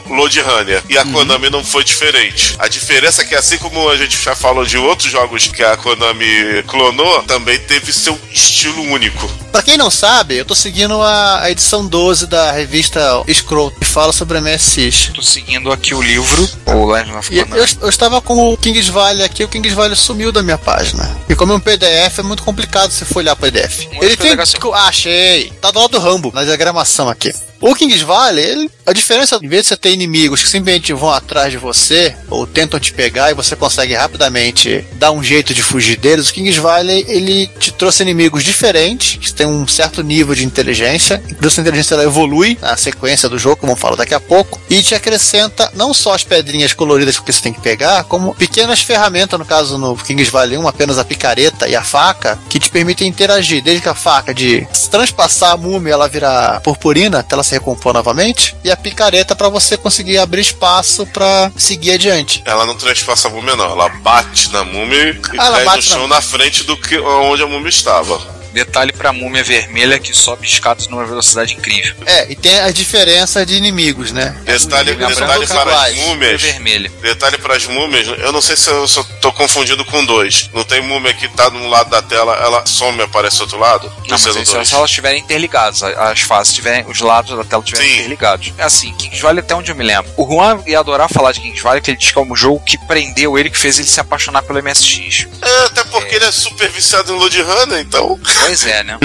A: Lodihania. E a Konami não foi diferente. A diferença é que, assim como a gente já falou de outros jogos que a Konami clonou, também teve seu estilo único.
B: Pra quem não sabe, eu tô seguindo a, a edição 12 da revista Scroll, que fala sobre a MSX.
C: Tô seguindo aqui o livro, o Legend of
B: E eu,
C: Conan.
B: eu estava com o Kings Valley aqui, o Kings Valley sumiu da minha página. E como é um PDF, é muito complicado se folhear PDF.
C: Mostra
B: ele
C: o
B: tem.
C: negocinho.
B: Ah, achei! Tá do lado do Rambo, na diagramação aqui. O Kings Valley, ele- a diferença, em vez de você ter inimigos que simplesmente vão atrás de você, ou tentam te pegar, e você consegue rapidamente dar um jeito de fugir deles, o Kings Valley, ele te trouxe inimigos diferentes, que têm um certo nível de inteligência. Inclusive, essa inteligência ela evolui na sequência do jogo, como eu falo daqui a pouco, e te acrescenta não só as pedrinhas coloridas que você tem que pegar, como pequenas ferramentas, no caso no Kings Valley 1, apenas a picareta e a faca, que te permitem interagir, desde que a faca de se transpassar a múmia ela virar purpurina, até ela se recompor novamente, e a picareta para você conseguir abrir espaço para seguir adiante.
A: Ela não transpassa a múmia, não. Ela bate na múmia e
B: Ah, ela
A: cai
B: bate
A: no
B: na
A: chão na frente do que onde a múmia estava.
C: Detalhe pra múmia vermelha que sobe escadas numa velocidade incrível.
B: É, e tem a diferença de inimigos, né?
A: Detalhe,
C: Múmia
A: detalhe
B: branca,
A: para as
B: guache.
A: múmias.
C: vermelha.
A: Detalhe para as múmias, eu não sei se eu só tô confundindo com dois. Não tem múmia que tá num lado da tela, ela some e aparece do outro lado?
C: Não,
A: Isso é
C: mas
A: no
C: isso é
A: dois.
C: se elas estiverem interligadas, a- as faces tiverem, os lados da tela estiverem
A: Sim.
C: interligados. É assim, Kings Valley até onde eu me lembro. O Juan ia adorar falar de Kings Valley, que ele diz que é um jogo que prendeu ele, que fez ele se apaixonar pelo MSX.
A: É, até porque ele é super viciado em Ludhana, então.
C: Pois é, né?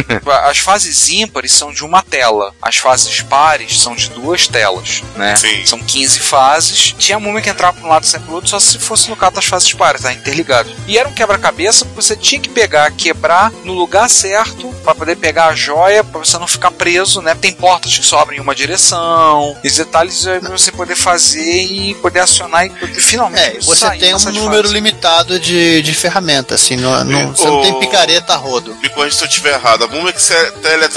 C: As fases ímpares são de uma tela, as fases pares são de duas telas, né?
A: Sim.
C: São 15 fases. Tinha a múmia que entrava para um lado e saia pro outro, só se fosse no caso das fases pares, tá? Interligado. E era um quebra-cabeça que você tinha que pegar, quebrar no lugar certo para poder pegar a joia, para você não ficar preso, né? Tem portas que só abrem em uma direção. Esses detalhes é pra você poder fazer e poder acionar e poder finalmente
B: É, você
C: sair
B: tem um
C: dessa fase.
B: número limitado de, de ferramentas, assim, não, não- você não tem picareta a rodo.
A: Me corrija se eu estiver errado. A múmia que se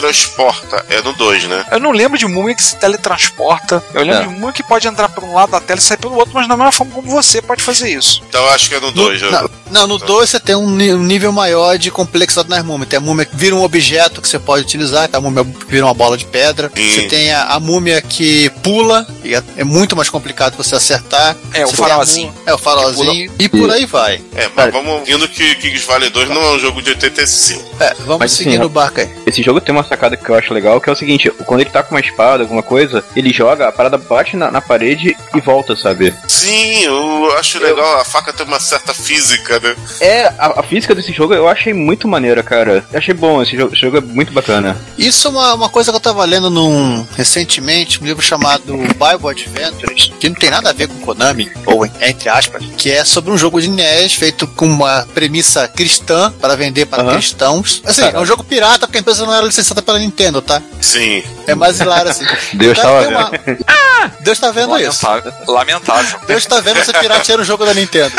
A: teletransporta é no 2, né?
C: Eu não lembro de múmia que se teletransporta. Eu lembro
D: É.
C: de múmia que pode entrar por um lado da tela e sair pelo outro, mas da mesma forma como você pode fazer isso.
A: Então eu acho que é no 2.
B: No- não, não, no 2 você tem um, ni- um nível maior de complexidade nas múmias. Tem a múmia que vira um objeto que você pode utilizar, que a múmia vira uma bola de pedra.
A: Sim.
B: Você tem a, a múmia que pula, e é, é muito mais complicado você acertar.
C: É, o
B: Você tem a
C: farolzinho.
B: múmia- É, o farolzinho. E por aí vai.
A: É, mas vamos indo que Kings Valley 2 não é um jogo de 85.
B: É, vamos
D: Mas, assim,
B: seguir
D: ó.
B: no barco aí.
D: Esse jogo tem uma sacada que eu acho legal, que é o seguinte, quando ele tá com uma espada, alguma coisa, ele joga, a parada bate na, na parede e volta, sabe?
A: Sim, eu acho legal. A faca tem uma certa física, né?
D: É, a, a física desse jogo eu achei muito maneira, cara. Eu achei bom, esse jogo, esse jogo é muito bacana.
B: Isso é uma, uma coisa que eu tava lendo num, recentemente, um livro chamado Bible Adventures, que não tem nada a ver com Konami, ou entre aspas, que é sobre um jogo de NES feito com uma premissa cristã para vender para
D: Aham.
B: cristãos. Assim, é um
D: Caralho.
B: jogo pirata porque a empresa não era licenciada pela Nintendo, tá?
A: Sim.
B: É mais hilário assim.
E: Deus
B: Tá,
E: tava
B: tem uma- Ah! Deus tá vendo isso.
C: Lamentável. Lamentável.
B: Deus tá vendo você piratear o um jogo da Nintendo.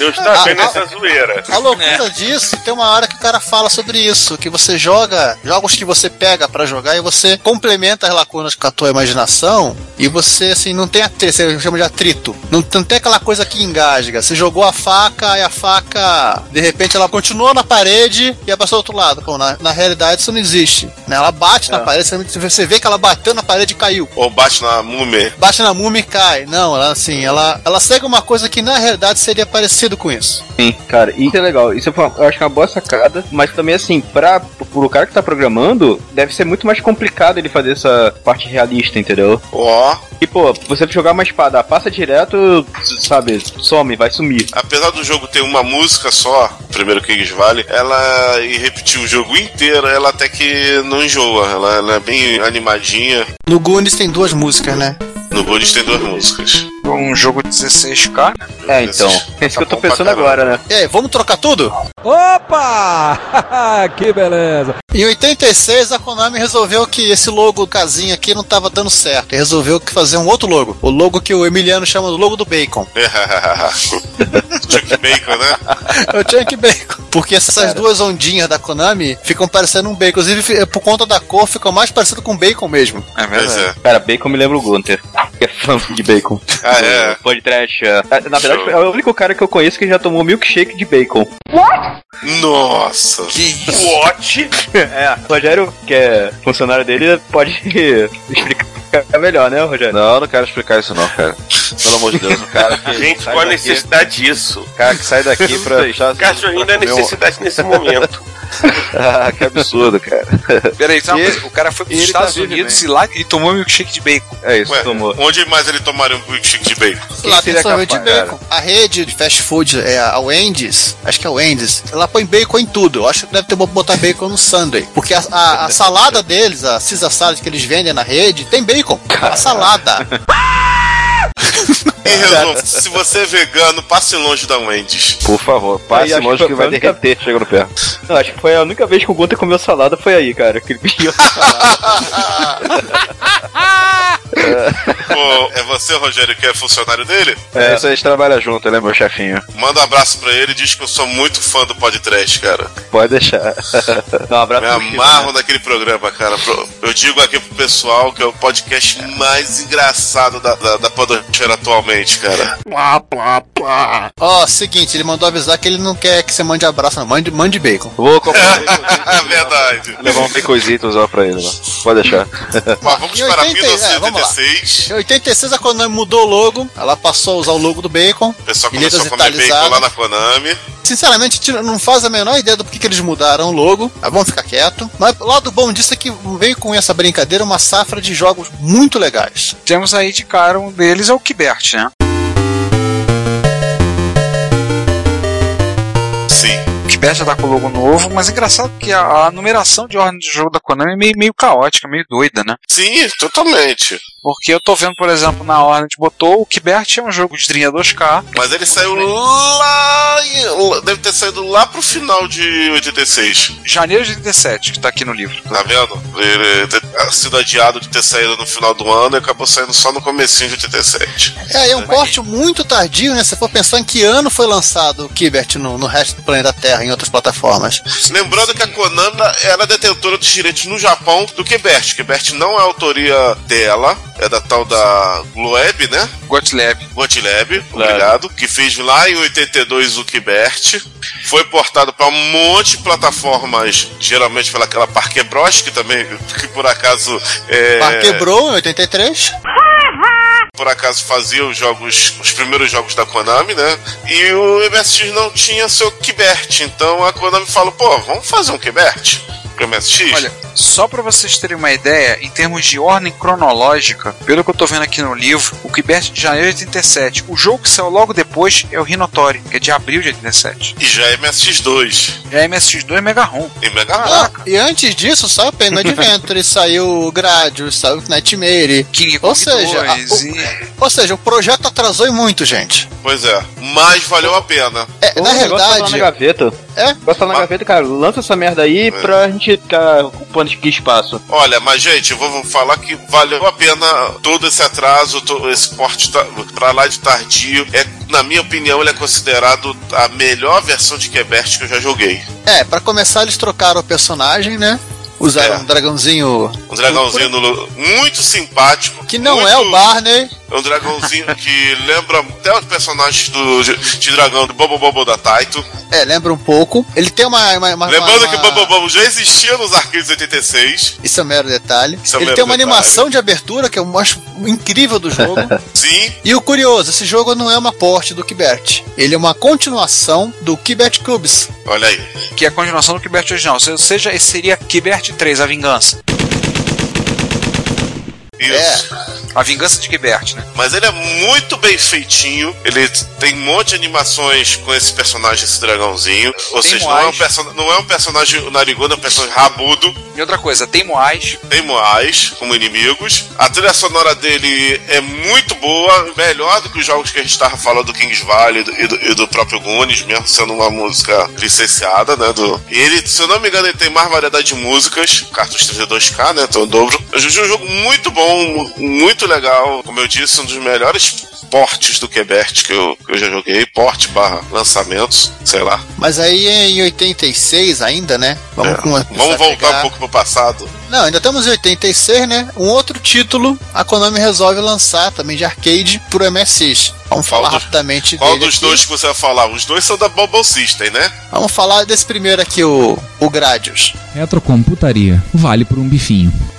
F: Eu estava
B: Ah,
F: vendo
B: ah.
F: essa zoeira.
B: A loucura disso, tem uma hora que o cara fala sobre isso, que você joga jogos que você pega pra jogar e você complementa as lacunas com a tua imaginação e você, assim, não tem atrito, você chama de atrito. Não, não tem aquela coisa que engasga. Você jogou a faca e a faca, de repente, ela continuou na parede e ela passou do outro lado. Bom, na, na realidade isso não existe. né? Ela bate na parede, você- você vê que ela bateu na parede e caiu
A: Ou bate na múmia.
B: bate na múmia e cai. Não, ela assim, ela, ela segue uma coisa que na realidade seria parecido com isso.
D: Sim, cara, isso é legal. Isso é uma- eu acho que é uma boa sacada, mas também assim, pra, pro cara que tá programando, deve ser muito mais complicado ele fazer essa parte realista, entendeu?
A: Ó,
D: E pô, você jogar uma espada, passa direto, sabe, some, vai sumir.
A: apesar do jogo ter uma música só, primeiro Kings Valley, ela e repetir o jogo inteiro, ela até que não enjoa. Ela, ela é bem animadinha.
B: No Goonies tem duas músicas, né?
A: No Bones tem duas músicas.
B: assim.
C: Um jogo 16K, né?
D: É, então.
A: Tá
D: É isso que eu tô pensando agora, né?
B: E aí, É, vamos trocar tudo?
I: Opa! que beleza!
B: Em 86, a Konami resolveu que esse logo casinha aqui não tava dando certo. E resolveu que fazer um outro logo. O logo que o Emiliano chama do logo do bacon.
A: Chuck Bacon, né?
B: Eu tinha que É bacon. Porque essas duas ondinhas da Konami ficam parecendo um bacon. Inclusive, fi- por conta da cor, ficam mais parecido com bacon mesmo.
C: É
A: Pois
C: verdade.
A: é.
D: Cara, bacon me lembra o Gunter, que é fã de bacon.
A: Ah, é.
D: Pode trash. é. Na verdade, é o único cara que eu conheço que já tomou milkshake de bacon.
A: Nossa.
C: Que isso?
F: What?
D: É, o Rogério, que é funcionário dele, pode explicar melhor, né, Rogério?
E: Não, não quero explicar isso não, cara. Pelo amor de Deus, o cara que
F: Gente,
E: sai
F: qual a
E: daqui-
F: necessidade disso?
E: o cara que sai daqui pra... puxar-
F: Cachorrinho não
E: pra
F: é
E: comer um-
F: necessidade nesse momento.
E: Ah, que absurdo, cara.
C: Peraí, tá,
E: E-
C: mas o cara foi pros
E: e ele
C: Estados
E: tá vivo
C: Unidos e lá e tomou milkshake de bacon.
E: É isso,
A: Ué,
E: tomou.
A: onde mais ele tomaria um milkshake de bacon?
B: Lá tem
E: seria
B: sorvete de
E: capaz,
B: bacon. A rede de fast food é a Wendy's, acho que é a Wendy's, ela põe bacon em tudo. Eu acho que deve ter botar bacon no sundae. Porque a, a- a salada deles, a Caesar salad que eles vendem na rede, tem bacon. A salada.
A: Em resumo, se você é vegano, passe longe da Wendy's.
E: Por favor,
D: Aí,
E: passe
D: acho
E: longe
D: que
E: que vai
D: foi a única-
E: derreter, chega no pé.
D: Não, acho que foi a única vez que o Gunter comeu salada foi aí, cara. Que ele pediu a salada.
A: Pô, é você, Rogério, que é funcionário dele?
E: É, isso a gente trabalha junto, ele é meu chefinho.
A: Manda um abraço pra ele e diz que eu sou muito fã do podcast, cara.
E: Pode deixar.
D: Não, um
B: Tá
D: abraço
A: Me
D: pro Chico, né?
A: amarro naquele programa, cara. Pro- Eu digo aqui pro pessoal que é o podcast mais engraçado da, da, da Podosfera atualmente, cara.
B: Ó, seguinte, ele mandou avisar que ele não quer que você mande abraço, não. Mande, mande bacon.
E: Vou comprar
A: É verdade.
E: levar um baconzinho usar pra ele lá. Pode deixar.
A: Mas vamos
B: Em
A: para
B: 80, é, vamos lá.
A: 1986.
B: Em 86, a Konami mudou o logo. Ela passou a usar o logo do bacon.
A: O pessoal
B: Em
A: começou a
B: letras
A: comer bacon
B: italizadas.
A: lá na Konami.
B: Sinceramente, tira- não faz a menor ideia do porquê que eles mudaram o logo. Tá bom, fica quieto. Mas o lado bom disso é que veio com essa brincadeira uma safra de jogos muito legais.
C: Temos aí de cara um deles é o Kibert, né?
A: Sim.
C: O Kibert já tá com o logo novo, mas é engraçado que a, a numeração de ordem de jogo da Konami é meio, meio caótica, meio doida, né?
A: Sim, totalmente.
C: Porque eu tô vendo, por exemplo, na ordem de botou, o Kibert é um jogo de Drinha 2K.
A: Mas ele saiu lá. em- Deve ter saído lá pro final de 86.
C: Janeiro de 87, que tá aqui no livro.
A: Tá vendo? Ele ter ter sido adiado de ter saído no final do ano e acabou saindo só no comecinho de 87.
B: É, é um corte muito tardio, né? Se for pensar em que ano foi lançado o Kibert no, no resto do planeta Terra, em outras plataformas.
A: Lembrando que a Konami era detentora dos direitos no Japão do Quebert. Quebert não é autoria dela, é da tal da Gloeb, né?
C: GotLab.
A: Gotlab, obrigado. Que fez lá em 82 o Kibert. Foi portado para um monte de plataformas, geralmente pelaquela Parque Bros, que também, que por acaso. É,
B: Par quebrou em 83.
A: por acaso fazia os jogos, os primeiros jogos da Konami, né? E o MSX não tinha seu Kibert, então a Konami falou, pô, vamos fazer um Kibert pro MSX?
C: Olha, só pra vocês terem uma ideia, em termos de ordem cronológica, pelo que eu tô vendo aqui no livro, o Kibert é de janeiro de 87. O jogo que saiu logo depois é o Rinotori, que é de abril de 87.
A: E já é MSX2
C: Já é MSX2 e Mega ROM.
A: em Mega Man.
B: Ah, e antes disso, saiu o Penguin Adventure, saiu o Gradius, saiu o Nightmare.
C: King
B: Ou
C: Kong
B: seja, a-
C: 2 e...
B: Ou seja, o projeto atrasou e muito, gente.
A: Pois é. Mas valeu a pena.
B: É, na
D: Tá na
B: realidade.
D: gaveta.
B: É?
D: Gosta na gaveta, cara. Lança essa merda aí pra gente ficar ocupando que espaço.
A: Olha, mas gente, eu vou vou falar que valeu a pena todo esse atraso, todo esse corte ta- pra lá de tardio. É, na minha opinião, ele é considerado a melhor versão de Quebert que eu já joguei.
B: É, pra começar, eles trocaram o personagem, né? Usaram
A: É.
B: um dragãozinho
A: Um dragãozinho no, lu- muito simpático.
B: que não
A: muito-
B: é o Barney.
A: É um dragãozinho que lembra até os personagens do, de, de dragão do Bobo Bobo da Taito.
B: É, lembra um pouco. Ele tem uma. uma, uma
A: Lembrando
B: uma-
A: que o Bobo Bobo já existia nos arquivos 86.
B: Isso é um mero detalhe.
A: Isso é um
B: ele
A: mero
B: tem uma
A: detalhe.
B: animação de abertura que eu acho incrível do jogo.
A: Sim,
B: e o curioso, esse jogo não é uma porte do Kibert. Ele é uma continuação do Kibert Cubes.
A: olha aí.
C: Que é a continuação do Kibert original. Ou seja, esse seria Kibert 3, a vingança.
A: Isso.
C: A vingança de Kibert, né?
A: Mas ele é muito bem feitinho. Ele tem um monte de animações com esse personagem, esse dragãozinho. Ou
C: Tem
A: seja, não é, um
C: moais.
A: perso- não é um personagem narigudo, é um personagem rabudo.
C: E outra coisa, tem Moais.
A: Tem moais como inimigos. A trilha sonora dele é muito boa, melhor do que os jogos que a gente estava falando do Kings Valley e do, e do- e do próprio Goonies, mesmo sendo uma música licenciada, né? Do... E ele, se eu não me engano, ele tem mais variedade de músicas, cartucho 32K, né? Então, o dobro. É um jogo muito bom, mu- muito legal. Como eu disse, um dos melhores portes do Quebert que eu, que eu já joguei, porte barra lançamentos, sei lá.
B: Mas aí é em 86 ainda, né? Vamos,
A: É.
B: com-
A: Vamos
B: começar a
A: voltar
B: pegar-
A: um pouco pro passado.
B: Não, ainda estamos em 86, né? Um outro título a Konami resolve lançar também de arcade pro MSX. Vamos
A: Qual
B: falar
A: dos-
B: rapidamente
A: Qual
B: dele
A: dos
B: aqui.
A: dois que você vai falar? Os dois são da Bubble System, né?
B: Vamos falar desse primeiro aqui, o, o Gradius.
I: Retrocomputaria vale por um bifinho.